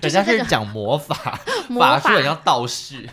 就是
人家
这
是
个
讲魔 法，
魔法
法术人家道士，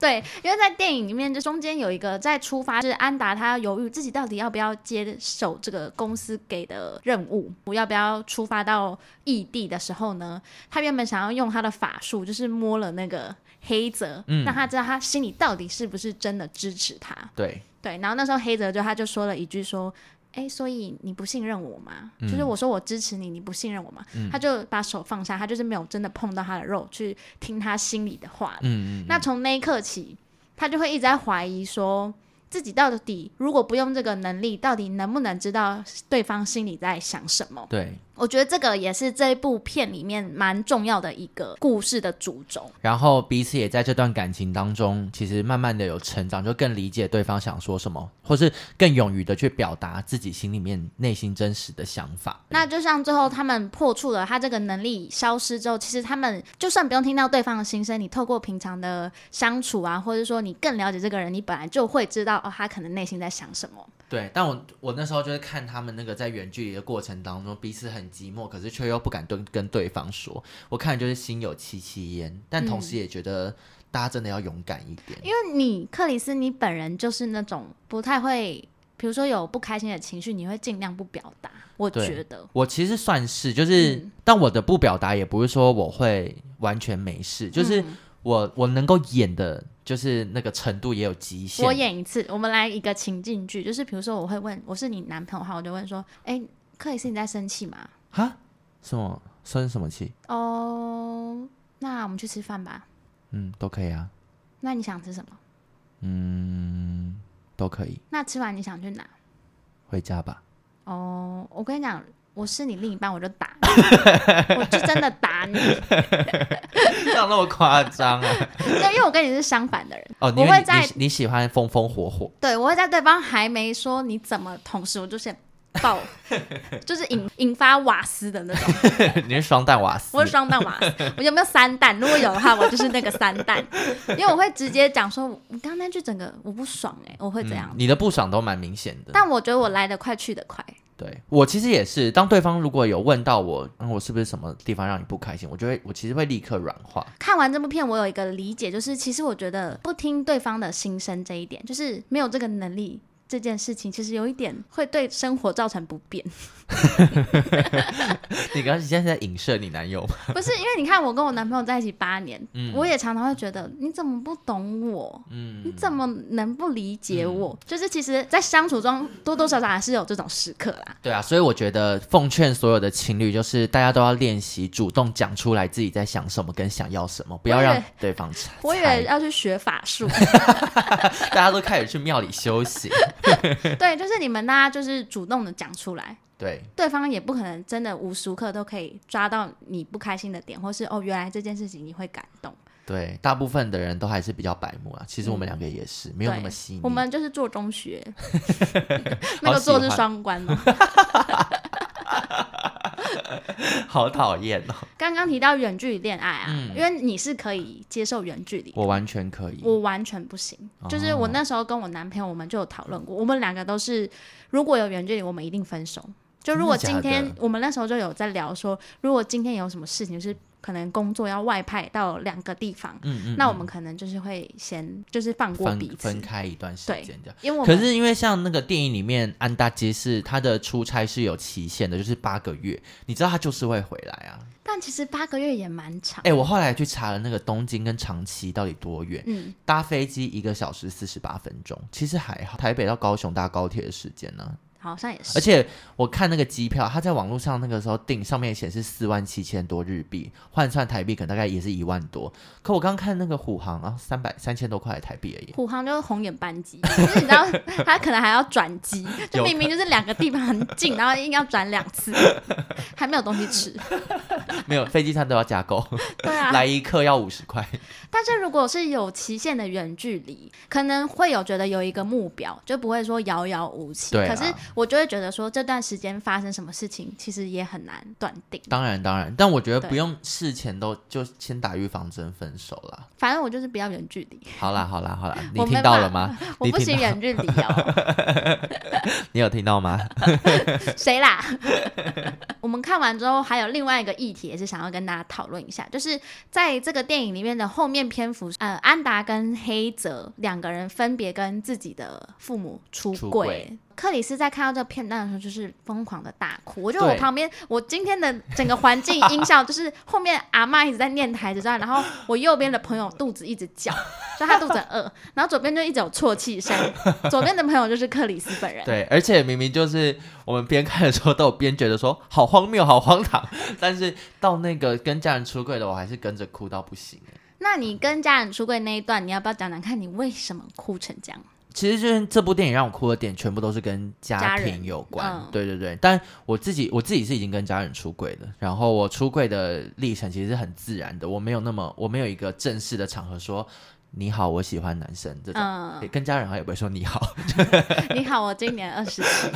对，因为在电影里面，这中间有一个在出发，就是安达他要犹豫自己到底要不要接手这个公司给的任务，要不要出发到异地的时候呢，他原本想要用他的法术，就是摸了那个黑泽，
嗯
让他知道他心里到底是不是真的支持他。
对，
对，然后那时候黑泽就他就说了一句说。哎，所以你不信任我吗？就是我说我支持你，你不信任我吗？他就把手放下，他就是没有真的碰到他的肉，去听他心里的话了
嗯嗯，
那从那一刻起，他就会一直在怀疑说。自己到底如果不用这个能力，到底能不能知道对方心里在想什么？
对。
我觉得这个也是这一部片里面蛮重要的一个故事的主轴。
然后彼此也在这段感情当中，其实慢慢的有成长，就更理解对方想说什么，或是更勇于的去表达自己心里面内心真实的想法。
那就像最后他们破处了，他这个能力消失之后，其实他们就算不用听到对方的心声，你透过平常的相处啊，或者说你更了解这个人，你本来就会知道哦，他可能内心在想什么。
对，但我我那时候就是看他们那个在远距离的过程当中，彼此很寂寞，可是却又不敢跟跟对方说，我看就是心有戚戚焉，但同
嗯
时也觉得大家真的要勇敢一点。
因为你克里斯，你本人就是那种不太会，比如说有不开心的情绪，你会尽量不表达。我
对
觉得，
我其实算是，就是，但我的不表达也不是说我会完全没事，就是我、我能够演的，就是那个程度也有极限。
我演一次，我们来一个情境剧，就是比如说我会问，我是你男朋友的话，我就问说，哎、克里斯你在生气吗？
哈？什么生什么气？
哦，那我们去吃饭吧。
嗯，都可以啊，
那你想吃什么？
都可以，
那吃完你想去哪？
回家吧。
哦，我跟你讲，我是你另一半，我就打你，我就真的打你。
不要那么夸张啊！
对，因为我跟你是相反的人，
哦，
我
因为
会
你
在
你你喜欢风风火火，
对，我会在对方还没说你怎么，同时我就先爆， 就是引引发瓦斯的那种。
你是双蛋瓦斯
我，是双蛋瓦斯，我有没有三蛋？如果有的话，我就是那个三蛋，因为我会直接讲说，我刚刚那句整个我不爽哎、我会
嗯
怎样？
你的不爽都蛮明显的。
但我觉得我来得快去得快，
对我其实也是，当对方如果有问到我，嗯，我是不是什么地方让你不开心，我就会，我其实会立刻软化。
看完这部片，我有一个理解，就是其实我觉得不听对方的心声这一点，就是没有这个能力这件事情，其实有一点会对生活造成不便。
你刚刚现在在影射你男友吗？
不是因为你看，我跟我男朋友在一起八年，
嗯
我也常常会觉得你怎么不懂我，你
嗯，
怎么能不理解我？就是其实，在相处中多多少少还是有这种时刻 啦。
对啊，所以我觉得奉劝所有的情侣，就是大家都要练习主动讲出来自己在想什么跟想要什么，不要
我以为
让对方猜。
我以为要去学法术，
大家都开始去庙里修行，
对，就是你们大家就是主动的讲出来，
对。
对方也不可能真的无时无刻都可以抓到你不开心的点，或是哦，原来这件事情你会感动。
对，大部分的人都还是比较白目啊。其实我们两个也是，没有那
嗯对
么细腻。
我们就是做 中学，那个
喜欢
做是双关 嘛。
好讨厌哦，
刚刚提到远距离恋爱啊，
嗯
因为你是可以接受远距离的，
我完全可以。
我完全不行。就是
哦
我那时候跟我男朋友，我们就有讨论过，我们两个都是如果有远距离，我们一定分手。就如果
真
今
的假的
天我们那时候就有在聊说，如果今天有什么事情是可能工作要外派到两个地方，
嗯嗯，
那我们可能就是会先就是放过彼
分
此
分，开一段时
对
间这样。
因为我
可
们
是因为像那个电影里面，安达基是他的出差是有期限的，就是八个月。你知道他就是会回来啊。
但其实八个月也蛮长
哎、，我后来去查了那个东京跟长崎到底多远，
嗯，
搭飞机一个小时四十八分钟，其实还好。台北到高雄搭高铁的时间呢、
好像也是
而。且我看那个机票，他在网络上那个时候订，上面显示四万七千多日币，换算台币可能大概也是一万多。可我刚看那个虎航啊，三百三千多块台币而已。
虎航就是红眼班机，就是你知道他可能还要转机，
有
就明明就是两个地方很近，然后硬要转两次， 还没有东西吃。
没有飞机餐都要加 购，
对啊，
来一客要五十块。
但是如果是有期限的远距离，可能会有觉得有一个目标，就不会说遥遥无期。
对啊
可是我就会觉得说，这段时间发生什么事情，其实也很难断定。
当然当然，但我觉得不
对
用事前都就先打预防针分手啦。
反正我就是不要远距离，
好啦好啦好啦，你
我没
听到了吗？
我
你
不
听
行
到
远距离哦，
你有听到 吗？
谁啦？ 我们看完之后，还有另外一个议题也是想要跟大家讨论一下，就是在这个电影里面的后面篇幅，呃，安达跟黑泽两个人分别跟自己的父母出
出
柜
柜。
克里斯在看到这个片段的时候，就是疯狂的大哭。我觉得我
对
旁边，我今天的整个环境音效就是后面阿嬷一直在念台词，然后我右边的朋友肚子一直叫，所以他肚子很饿，然后左边就一直有啜泣声，左边的朋友就是克里斯本人。
对，而且明明就是我们边看的时候都有边觉得说好荒谬、好荒唐， 但是到那个跟家人出柜的，我还是跟着哭到不行。欸
那你跟家人出柜那一段，你要不要讲讲看你为什么哭成这样？
其实就是这部电影让我哭的点，全部都是跟
家
家
人
庭有关。
嗯
对对对，但我自己我自己是已经跟家人出柜了，然后我出柜的历程其实是很自然的，我没有那么我没有一个正式的场合说你好，我喜欢男生这种。
嗯
对，跟家人好像也不会说你好，
你好，我今年二十七，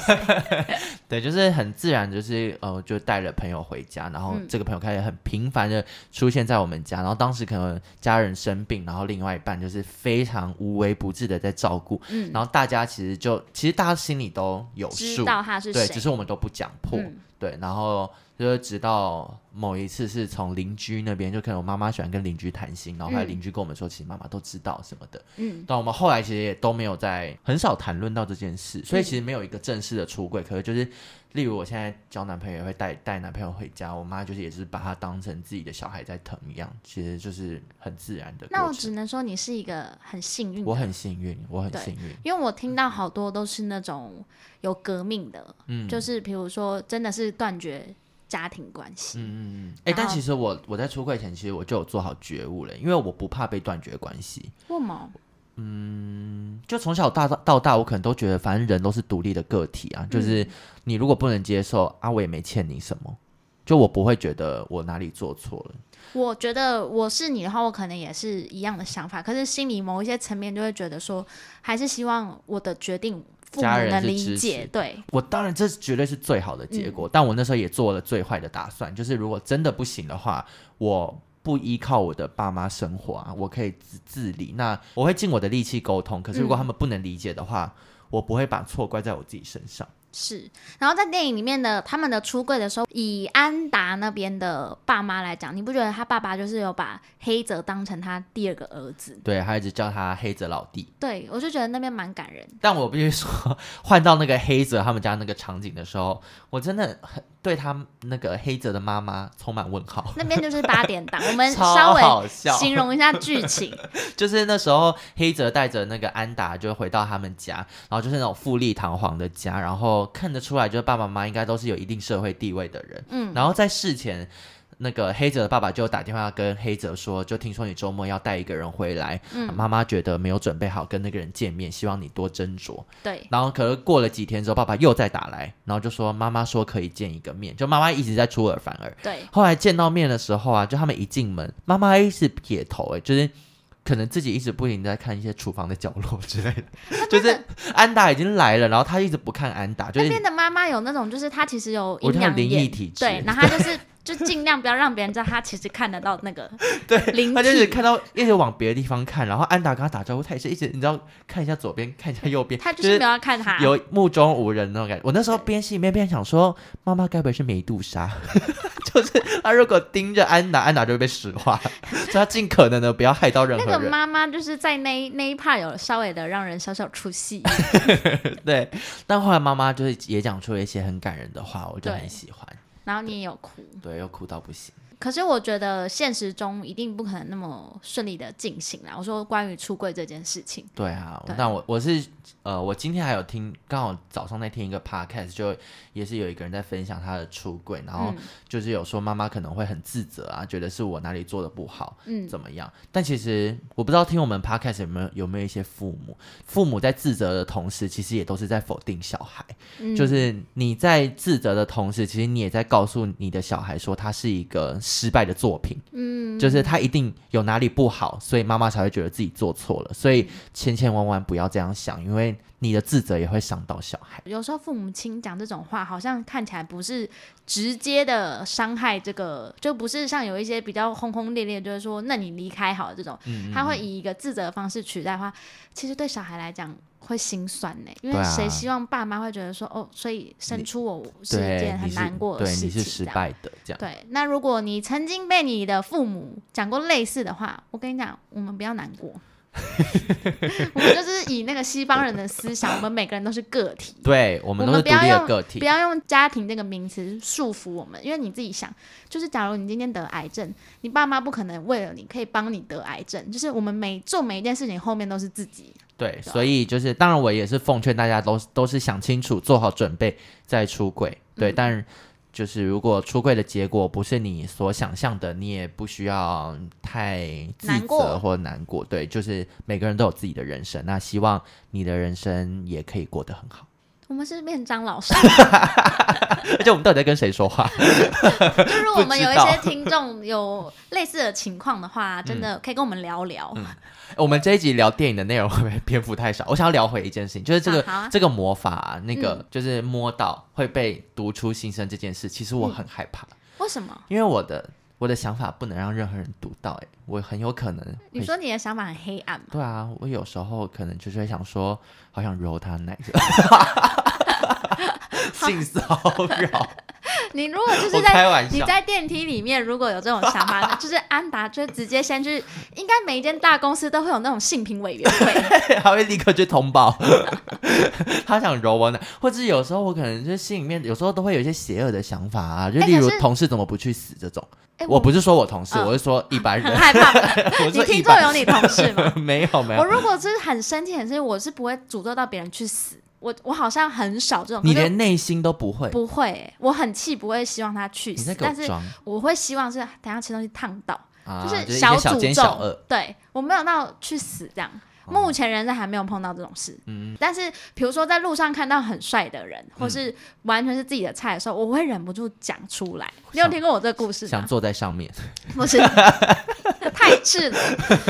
对，就是很自然，就是呃，就带了朋友回家，然后
嗯
这个朋友开始很频繁的出现在我们家，然后当时可能家人生病，然后另外一半就是非常无微不至的在照顾，
嗯
然后大家其实就其实大家心里都有
知
数，
道他是
对，
谁？
只是我们都不讲破，
嗯
对，然后就是直到某一次是从邻居那边，就可能我妈妈喜欢跟邻居谈心，然后后来
嗯
邻居跟我们说，其实妈妈都知道什么的，
嗯，
但我们后来其实也都没有在很少谈论到这件事，所以
嗯
其实没有一个正式的出柜。可是就是，例如我现在交男朋友也会带带男朋友回家，我妈就是也是把他当成自己的小孩在疼一样，其实就是很自然的
那我
过
只
程。
能说你是一个很幸运的
我很幸运，我很
对
幸运。
因为我听到好多都是那种有革命的，
嗯
就是比如说真的是断绝家庭关系，
嗯嗯嗯，哎、
然
但
后
其实我我在出柜前，其实我就有做好觉悟了，因为我不怕被断绝关系。
为什么？
就从小到大到大，我可能都觉得，反正人都是独立的个体啊，就是你如果不能接受啊，我也没欠你什么，就我不会觉得我哪里做错了。
我觉得我是你的话，我可能也是一样的想法，可是心里某一些层面就会觉得说，还是希望我的决定父
家
母
人
能
是
理
支
解
持，
对，
我当然这绝对是最好的结果，但我那时候也做了最坏的打算，就是如果真的不行的话，我不依靠我的爸妈生活啊，我可以自自理。那我会尽我的力气沟通，可是如果他们不能理解的话，我不会把错怪在我自己身上。
是，然后在电影里面的他们的出柜的时候，以安达那边的爸妈来讲，你不觉得他爸爸就是有把黑泽当成他第二个儿子？
对，还一直叫他黑泽老弟。
对我就觉得那边蛮感人。
但我必须说，换到那个黑泽他们家那个场景的时候，我真的很对他那个黑泽的妈妈充满问号。
那边就是八点档，我们嗯 稍
超
微
好笑，
形容一下剧情。
就是那时候黑泽带着那个安达就回到他们家，然后就是那种富丽堂皇的家，然后看得出来就是爸爸妈妈应该都是有一定社会地位的人。
嗯，
然后在事前，那个黑泽的爸爸就打电话跟黑泽说，就听说你周末要带一个人回来，
嗯
妈妈觉得没有准备好跟那个人见面，希望你多斟酌。
对，
然后可是过了几天之后，爸爸又再打来，然后就说妈妈说可以见一个面，就妈妈一直在出尔反尔。
对，
后来见到面的时候啊，就他们一进门，妈妈一直撇头、欸，就是可能自己一直不停地在看一些厨房的角落之类的，就是安达已经来了，然后他一直不看安达，就
那
是
边的妈妈有那种，就是她其实有
我觉
阴
得
阳
她灵异
眼，
体质，
对，然后她就是就尽量不要让别人知道她其实看得到那个
对
灵
欸他就是
体。
看到一直往别的地方看，然后安达跟他打招呼，他也是一直你知道看一下左边，看一下右边，
她就
就是
没有要看她，
有目中无人那种感觉。我那时候边心里面边想说，妈妈该不会是梅杜莎？ 就是她如果盯着安达，安达就会被石化， 所以她尽可能的不要害到任
那
何
个
人。
妈妈就是在那一那一 part 有稍微的让人小小出戏，
对，但后来妈妈就是也讲出了一些很感人的话，我就
对
很喜欢，
然后你也有哭。
对，又哭到不行。
可是我觉得现实中一定不可能那么顺利的进行啦。我说关于出柜这件事情，
对啊，
对
那我我是呃，我今天还有听，刚好早上在听一个 podcast，就也是有一个人在分享他的出柜，然后
嗯
就是有说妈妈可能会很自责啊，觉得是我哪里做的不好，
嗯，
怎么样？但其实我不知道听我们 podcast 有没有有没有一些父母，父母在自责的同时，其实也都是在否定小孩。
嗯
就是你在自责的同时，其实你也在告诉你的小孩说，他是一个失败的作品，
嗯，
就是他一定有哪里不好，所以妈妈才会觉得自己做错了。所
嗯
以千千万万不要这样想，因为你的自责也会伤到小孩。
有时候父母亲讲这种话，好像看起来不是直接的伤害这个，就不是像有一些比较轰轰烈烈，就是说那你离开好了这种，
嗯
他会以一个自责的方式取代的话，其实对小孩来讲会心酸呢、因
对
为
啊
谁希望爸妈会觉得说哦，所以生出我是一
对
件，
你
很
是
难过的
对，
事
你
情，
是失
这样
败的，这样。
对，那如果你曾经被你的父母讲过类似的话，我跟你讲，我们不要难过。 我们就是以那个西方人的思想，我们每个人都是个体，
对，我们
我
都是
们
独
不要
立的
用
个体
不。要用家庭这个名词束缚我们。因为你自己想，就是假如你今天得癌症，你爸妈不可能为了你可以帮你得癌症，就是我们每做每一件事情后面都是自 己。
对，所以就是，当然我也是奉劝大家都都是想清楚，做好准备再出柜。对，
嗯
但就是如果出柜的结果不是你所想象的，你也不需要太自
难过
责或难过。对，就是每个人都有自己的人生，那希望你的人生也可以过得很 好。
我们是变张老师，
而且我们到底在跟谁说话？
就是如果我们有一
不知
些听众有类似的情况的话，真的可以跟我们聊聊。
我们这一集聊电影的内容会不会篇幅太少？我想要聊回一件事情，就是这个、
啊好啊
这个魔法啊、那个、
嗯
就是摸到会被读出心声这件事，其实我很害怕。
为什么？
因为我的我的想法不能让任何人读到、欸，我很有可能
你
会
说你的想法很黑暗吗？
对啊，我有时候可能就是会想说，好想揉他奶， 性骚扰，
你如果 就是
我
在
开玩
你
笑，
在电梯里面，如果有这种想法，那就是安达就直接先去，应该每一间大公司都会有那种性评委员 会，
他会立刻去通报， 他想揉我奶，或者有时候我可能就是心里面有时候都会有一些邪恶的想法啊，就
欸
例如
可是
同事怎么不去死这种，
哎，
我不是说我同事，
嗯
我是说一般
很
人，
害怕吧。
我
你
说
听
一
众
般
有你同事吗？
没有没有，
我如果是很生气很生气，我是不会诅咒到别人去死。我我好像很少这种，
你
可是
连内心都不会，
不会欸、我很气，不会希望他去
你在
死，
给
但
我
是
装
我会希望是等下吃东西烫到，
啊，
就是
一些
小
小
诅
奸
咒
小恶。
对我没有到去死这样。
哦嗯
目前人生还没有碰到这种事，但是比如说在路上看到很帅的人，或是完全是自己的菜的时候，我会忍不住讲出来。你有听过我这个故事
想
吗？
坐在上面，
不是，太赤裸。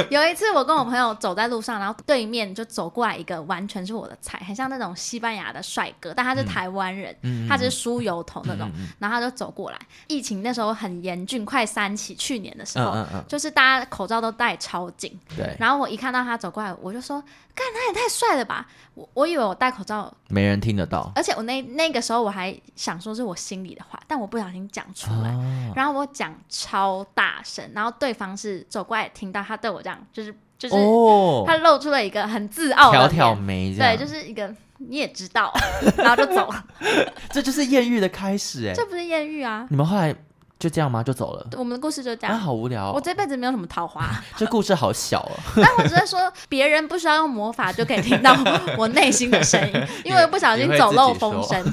有一次我跟我朋友走在路上，然后对面就走过来一个完全是我的菜，很像那种西班牙的帅哥，但他是台湾人，
嗯
他只是梳油头那种，
嗯嗯
然后他就走过来。疫情那时候很严峻，快三起，去年的时
嗯
候，
嗯嗯，
就是大家口罩都戴超紧，
对，
然后我一看到他走过来，我就说：“干，他也太帅了吧！”我我以为我戴口罩，
没人听得到。
而且我那那个时候我还想说是我心里的话，但我不小心讲出来，
哦
然后我讲超大声，然后对方是走过来听到他对我这样，就是就是、
哦，
他露出了一个很自傲
挑
的脸，
挑眉这样，
对，就是一个你也知道， 然后就 走了，
这就是艳遇的开始哎。
这不是艳遇啊！
你们后来就这样吗？就走了？
我们的故事就这
啊，
样。
好无聊
我
哦，
这辈子没有什么桃花，
这故事好小哦。
但我只是说，别人不需要用魔法就可以听到 我内心 的声音，因为不小心走漏风声。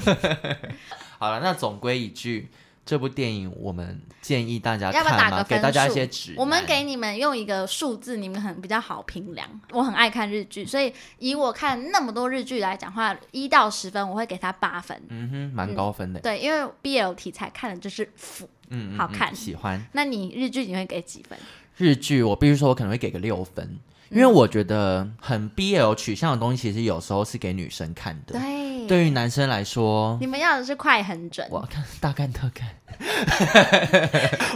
好了，那总归一句，这部电影我们建议大家
要不要
看
打
吗？
个
给
分
大家一
数
些指南，
我们给你们用一个数字，你们可能比较好评量。我很爱看日剧，所以以我看那么多日剧来讲话，一到十分我会给它八分。
嗯哼，蛮高分的，
对，因为 BL 题材看的就是腐。
嗯，嗯
好
嗯
看
喜欢
那你日剧你会给几分？
日剧，我必须说，我可能会给个六分。因
嗯
为我觉得很 BL 取向的东西，其实有时候是给女生看的。
对，
对于男生来 说，
你们要的是快很准。
我要看大干特干。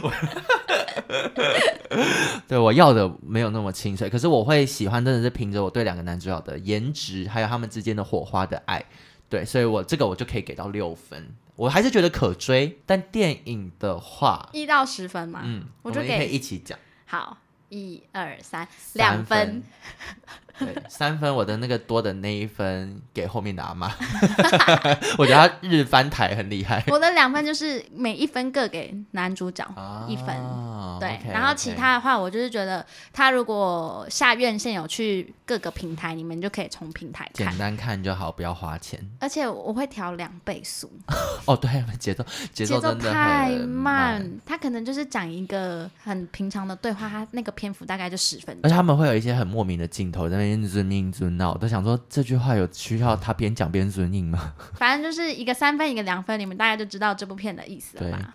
我 对我要的没有那么清脆，可是我会喜欢，真的是凭着我对两个男主角的颜值，还有他们之间的火花的爱。对，所以我这个我就可以给到六分，我还是觉得可追。但电影的话，
一到十分嘛，
嗯，
我就
们也可以
给
一起讲
好一二
三
三两
分。对，三分我的那个多的那一分给后面的阿 妈， 我觉得他日翻台很厉害
我的两分就是每一分各给男主角
啊
一分。对
OK，
然后
OK
其他的话，我就是觉得他如果下院线有去各个平台，你们就可以从平台看
简。单看就好，不要花钱。
而且我会调两倍速，
哦，对， 节奏节
节
奏
奏
真的
太
很
慢，，他可能就是讲一个很平常的对话，他那个篇幅大概就十分
而
钟。
且他们会有一些很莫名的镜头在那边 zoom in zoom out，我都想说这句话有需要他边讲边 zoom in 吗？
反正就是一个三分，一个两分，你们大概就知道这部片的意思了吧？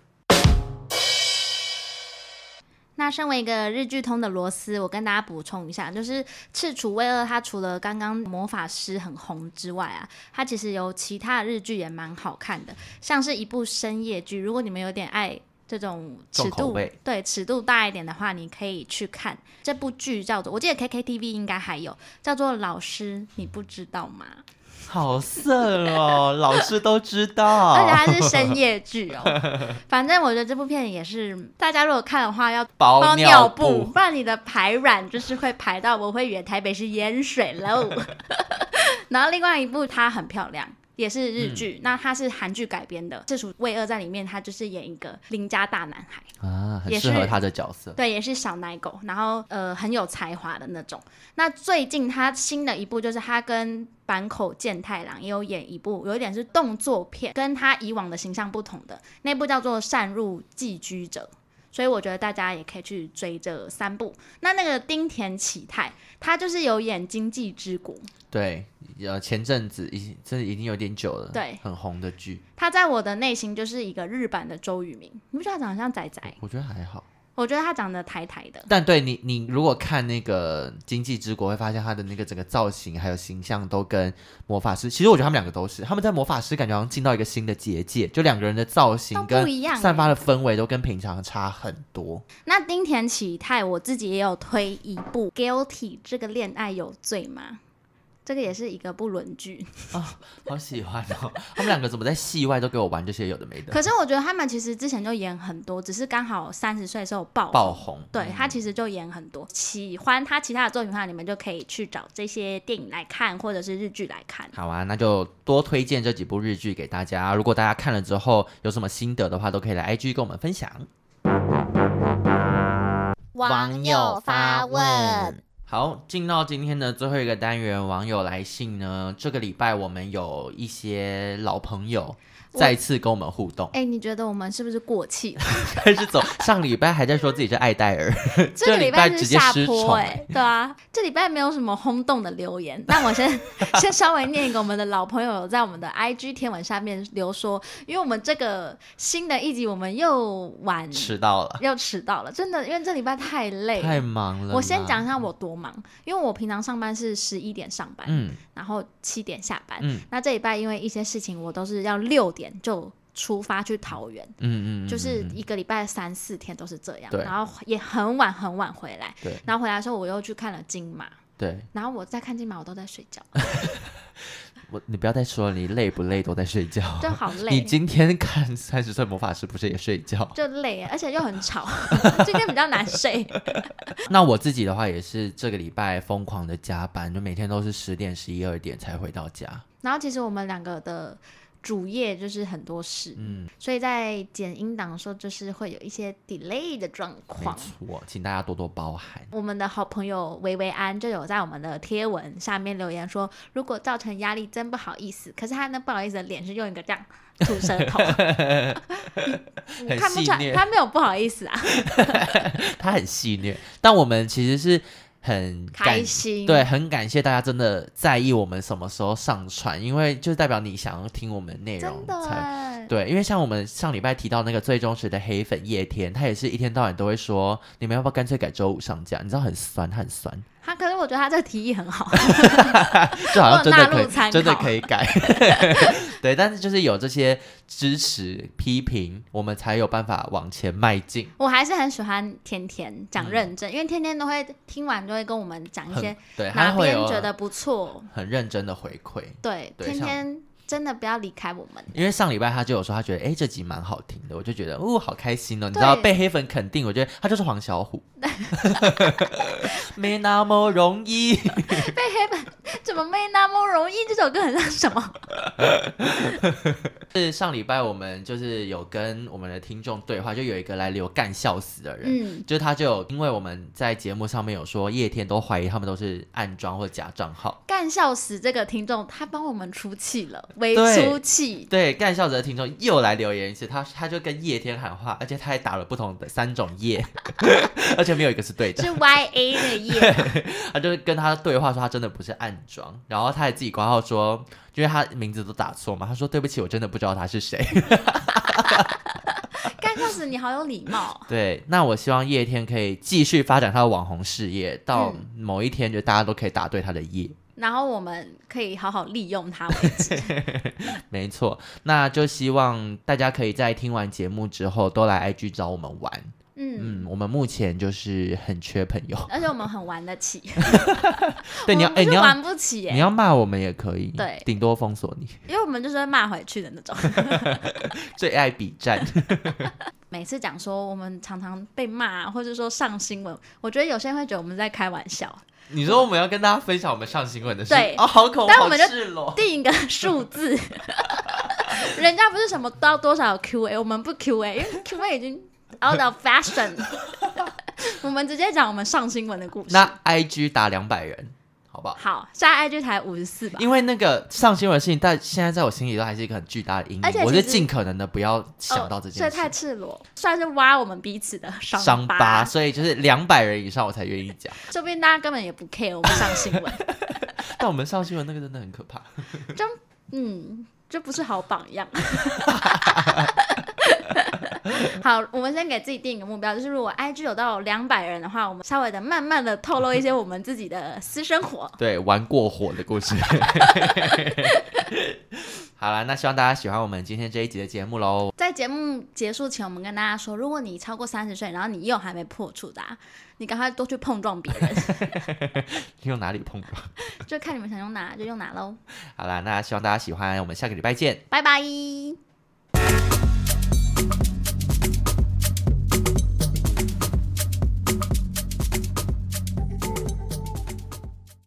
那身为一个日剧通的罗斯，我跟大家补充一下，就是《赤楚卫二》，它除了刚刚魔法师很红之外啊，它其实有其他日剧也蛮好看的，像是一部深夜剧，如果你们有点爱。这种尺
重口
度
味
对尺度大一点的话，你可以去看这部剧，叫做我记得 KKTV 应该还有叫做《老师你不知道吗》。
好色 哦，老师都知
而且
道，
还是深 夜剧哦。反正我觉得这部片也是，大家如果看的话要
包
包尿
布。
布，不然你的排卵就是会排到我会以为台北是淹水喽。 然后另外一部它很漂亮。也是日剧，那它是韩剧改编的，《赤楚卫二》在里面，他就是演一个邻家大男孩，
啊，很
也
适合
是
他的角色。
对，也是小奶狗，然后呃很有才华的那种。那最近他新的一部就是他跟坂口健太郎也有演一部，有一点是动作片，跟他以往的形象不同的那部叫做《擅入寄居者》。所以我觉得大家也可以去追这三部。那那个丁田启泰，他就是有演《经济之国》，
对，呃，前阵子已经真的已经有点久了，
对
很红的剧，
他在我的内心就是一个日版的周渝民。你不觉得他长得像仔仔？
我觉得还好。
我觉得他长得台台的。
但对你，你如果看那个《经济之国》，会发现他的那个整个造型还有形象都跟魔法师，其实我觉得他们两个都是，他们在魔法师感觉好像进到一个新的结界，就两个人的造型
都
跟
不一样欸
散发的氛围都跟平常差很多。
那丁田启泰，我自己也有推一部《Guilty》，这个恋爱有罪吗？这个也是一个部伦剧，
好喜欢哦，他们两个怎么在戏外都给我玩这些有的没
啊
的，
可是我觉得他们其实之前就演很多，只是刚好三十岁的时候爆
爆红。
对
嗯
他其实就演很多，喜欢他其他的作品的话，你们就可以去找这些电影来看，或者是日剧来看。
好啊，那就多推荐这几部日剧给大家。如果大家看了之后有什么心得的话，都可以来 IG 跟我们分享。
网友发问。
好，进到今天的最后一个单元，网友来信呢。这个礼拜我们有一些老朋友，再次跟我们互 动，
哎、你觉得我们是不是过气了？
开始走。上礼拜还在说自己是爱戴
嗯
尔，
这个
礼
礼拜
直
是
接
下
失
坡
宠、
哎、对啊，这礼拜没有什么轰动的留言。那我 先先稍微念一个我们的老朋友在我们的 IG 天文下面留说，因为我们这个新的一集我们又晚
迟到了，
又迟到了，真的，因为这礼拜太累了
太忙了。
我先讲一，下我多忙，因为我平常上班是十一点上班，
嗯
然后七点下班。
嗯
那这礼拜因为一些事情，我都是要六点就出发去桃园，
嗯嗯嗯，
就是
嗯
一个礼拜三四天都是这样，
对
然后也很晚很晚回来
对。
然后回来的时候，我又去看了金马，
对
然后我在看金马，我都在睡觉，
哦我，你不要再说了，你累不累都在睡觉。
就好
你
累。
今天看《三十岁魔法师》不是也睡 觉？
就累，而且又很吵， 今天比较难睡。
那我自己的话也是这个礼拜疯狂的加班，就每天都是十点、十一、二点才回到家。
然后其实我们两个的主业就是很多事，
嗯，
所以在剪音档的时候，就是会有一些 delay 的状
没
况。
错，请大家多多包涵。
我们的好朋友维维安就有在我们的贴文下面留言说，如果造成压力，真不好意思。可是他那不好意思的脸是用一个这样吐舌 头，
很
看不
戏
出来
虐
他没有不好意思啊，
他很戏虐，但我们其实是 很感
开心。
对，很感谢大家真的在意我们什么时候上传，因为就代表你想要听我们的内容
真的
才。
哎，
对，因为像我们上礼拜提到那个最忠实的黑粉叶天，他也是一天到晚都会说，你们要不要干脆改周五上架？你知道很酸，他很酸，
他可是我觉得他这个提议很好，
就好像真的
我有哦纳入
可以，
参
真的
考
可以改。 对，但是就是有这些支持批评，我们才有办法往前迈进。
我还是很喜欢甜甜讲认真，因为天天都会听完就会跟我们讲一些
很对，他
哪
会
边
有
觉得不错，
很认真的回馈。
对，
对
天
像
天真的不要离开我们。
因为上礼拜他就有说，他觉得哎、诶这集蛮好听的，我就觉得哦好开心哦，你知道
对
被黑粉肯定，我觉得他就是黄小虎， 没那么容易。
怎么没那么容易？这首歌很像什么？
是上礼拜我们就是有跟我们的听众对话，就有一个来留干笑死的人。
嗯，
就是他就有，因为我们在节目上面有说，叶天都怀疑他们都是暗装或假账号。
干笑死这个听众，他帮我们出气了，为
对
出气。
对，干笑者的听众又来留言一次，他他就跟叶天喊话，而且他还打了不同的三种叶， 而且没有一个是对的。
是 Y A 的耶，
他就是跟他对话说他真的不是暗装，然后他还自己挂号说，因为他名字都打错嘛，他说对不起，我真的不知道他是谁。
干笑死你好有礼貌，
对，那我希望叶天可以继续发展他的网红事业，到
嗯
某一天就大家都可以答对他的叶。
然后我们可以好好利用它为 止。
没错，那就希望大家可以在听完节目之后都来 IG 找我们玩。
嗯，
嗯，我们目前就是很缺朋 友，
而且我们很玩得起，
对，你要
我
哎、
们
你
不是
要
玩不起
你
耶，
要骂我们也可以，
对
顶多封锁你，
因为我们就是会骂回去的那种。
最爱比战。
每次讲说我们常常被骂，或者说上新闻，我觉得有些人会觉得我们在开玩笑。
你说我们要跟大家分享我们上新闻的事，
对
哦，好恐怖，
但我
好
们就
赤裸。
定一个数 字，人家不是什么到多少 QA，我们不 QA，因为 QA 已经 out of fashion。我们直接讲我们上新闻的故事。
那 IG 打两百人，好不好？
好，下 IG 台五十四吧。
因为那个上新闻的事情，但现在在我心里都还是一个很巨大的阴
而且
影。
其
我是
实哦
尽可能的不要想到这
所
件
以
事，
太赤裸，算是挖我们彼此的伤
伤疤，所以就是两百人以上我才愿意讲。
说不定大家根本也不 care 我们上新闻，
但我们上新闻那个真的很可怕。
嗯，这不是好榜样。好，我们先给自己定一个目标，就是如果 IG 有到两百人的话，我们稍微的慢慢的透露一些我们自己的私生活。
对，玩过火的故 事。 好了，那希望大家喜欢我们今天这一集的节目喽。
在节目结束前，我们跟大家说，如果你超过三十岁，然后你又还没破处的、啊，你赶快多去碰撞别人，
用哪里碰 到？
就看你们想用哪就用哪喽，
好啦，那希望大家喜欢，我们下个礼拜见。
拜拜。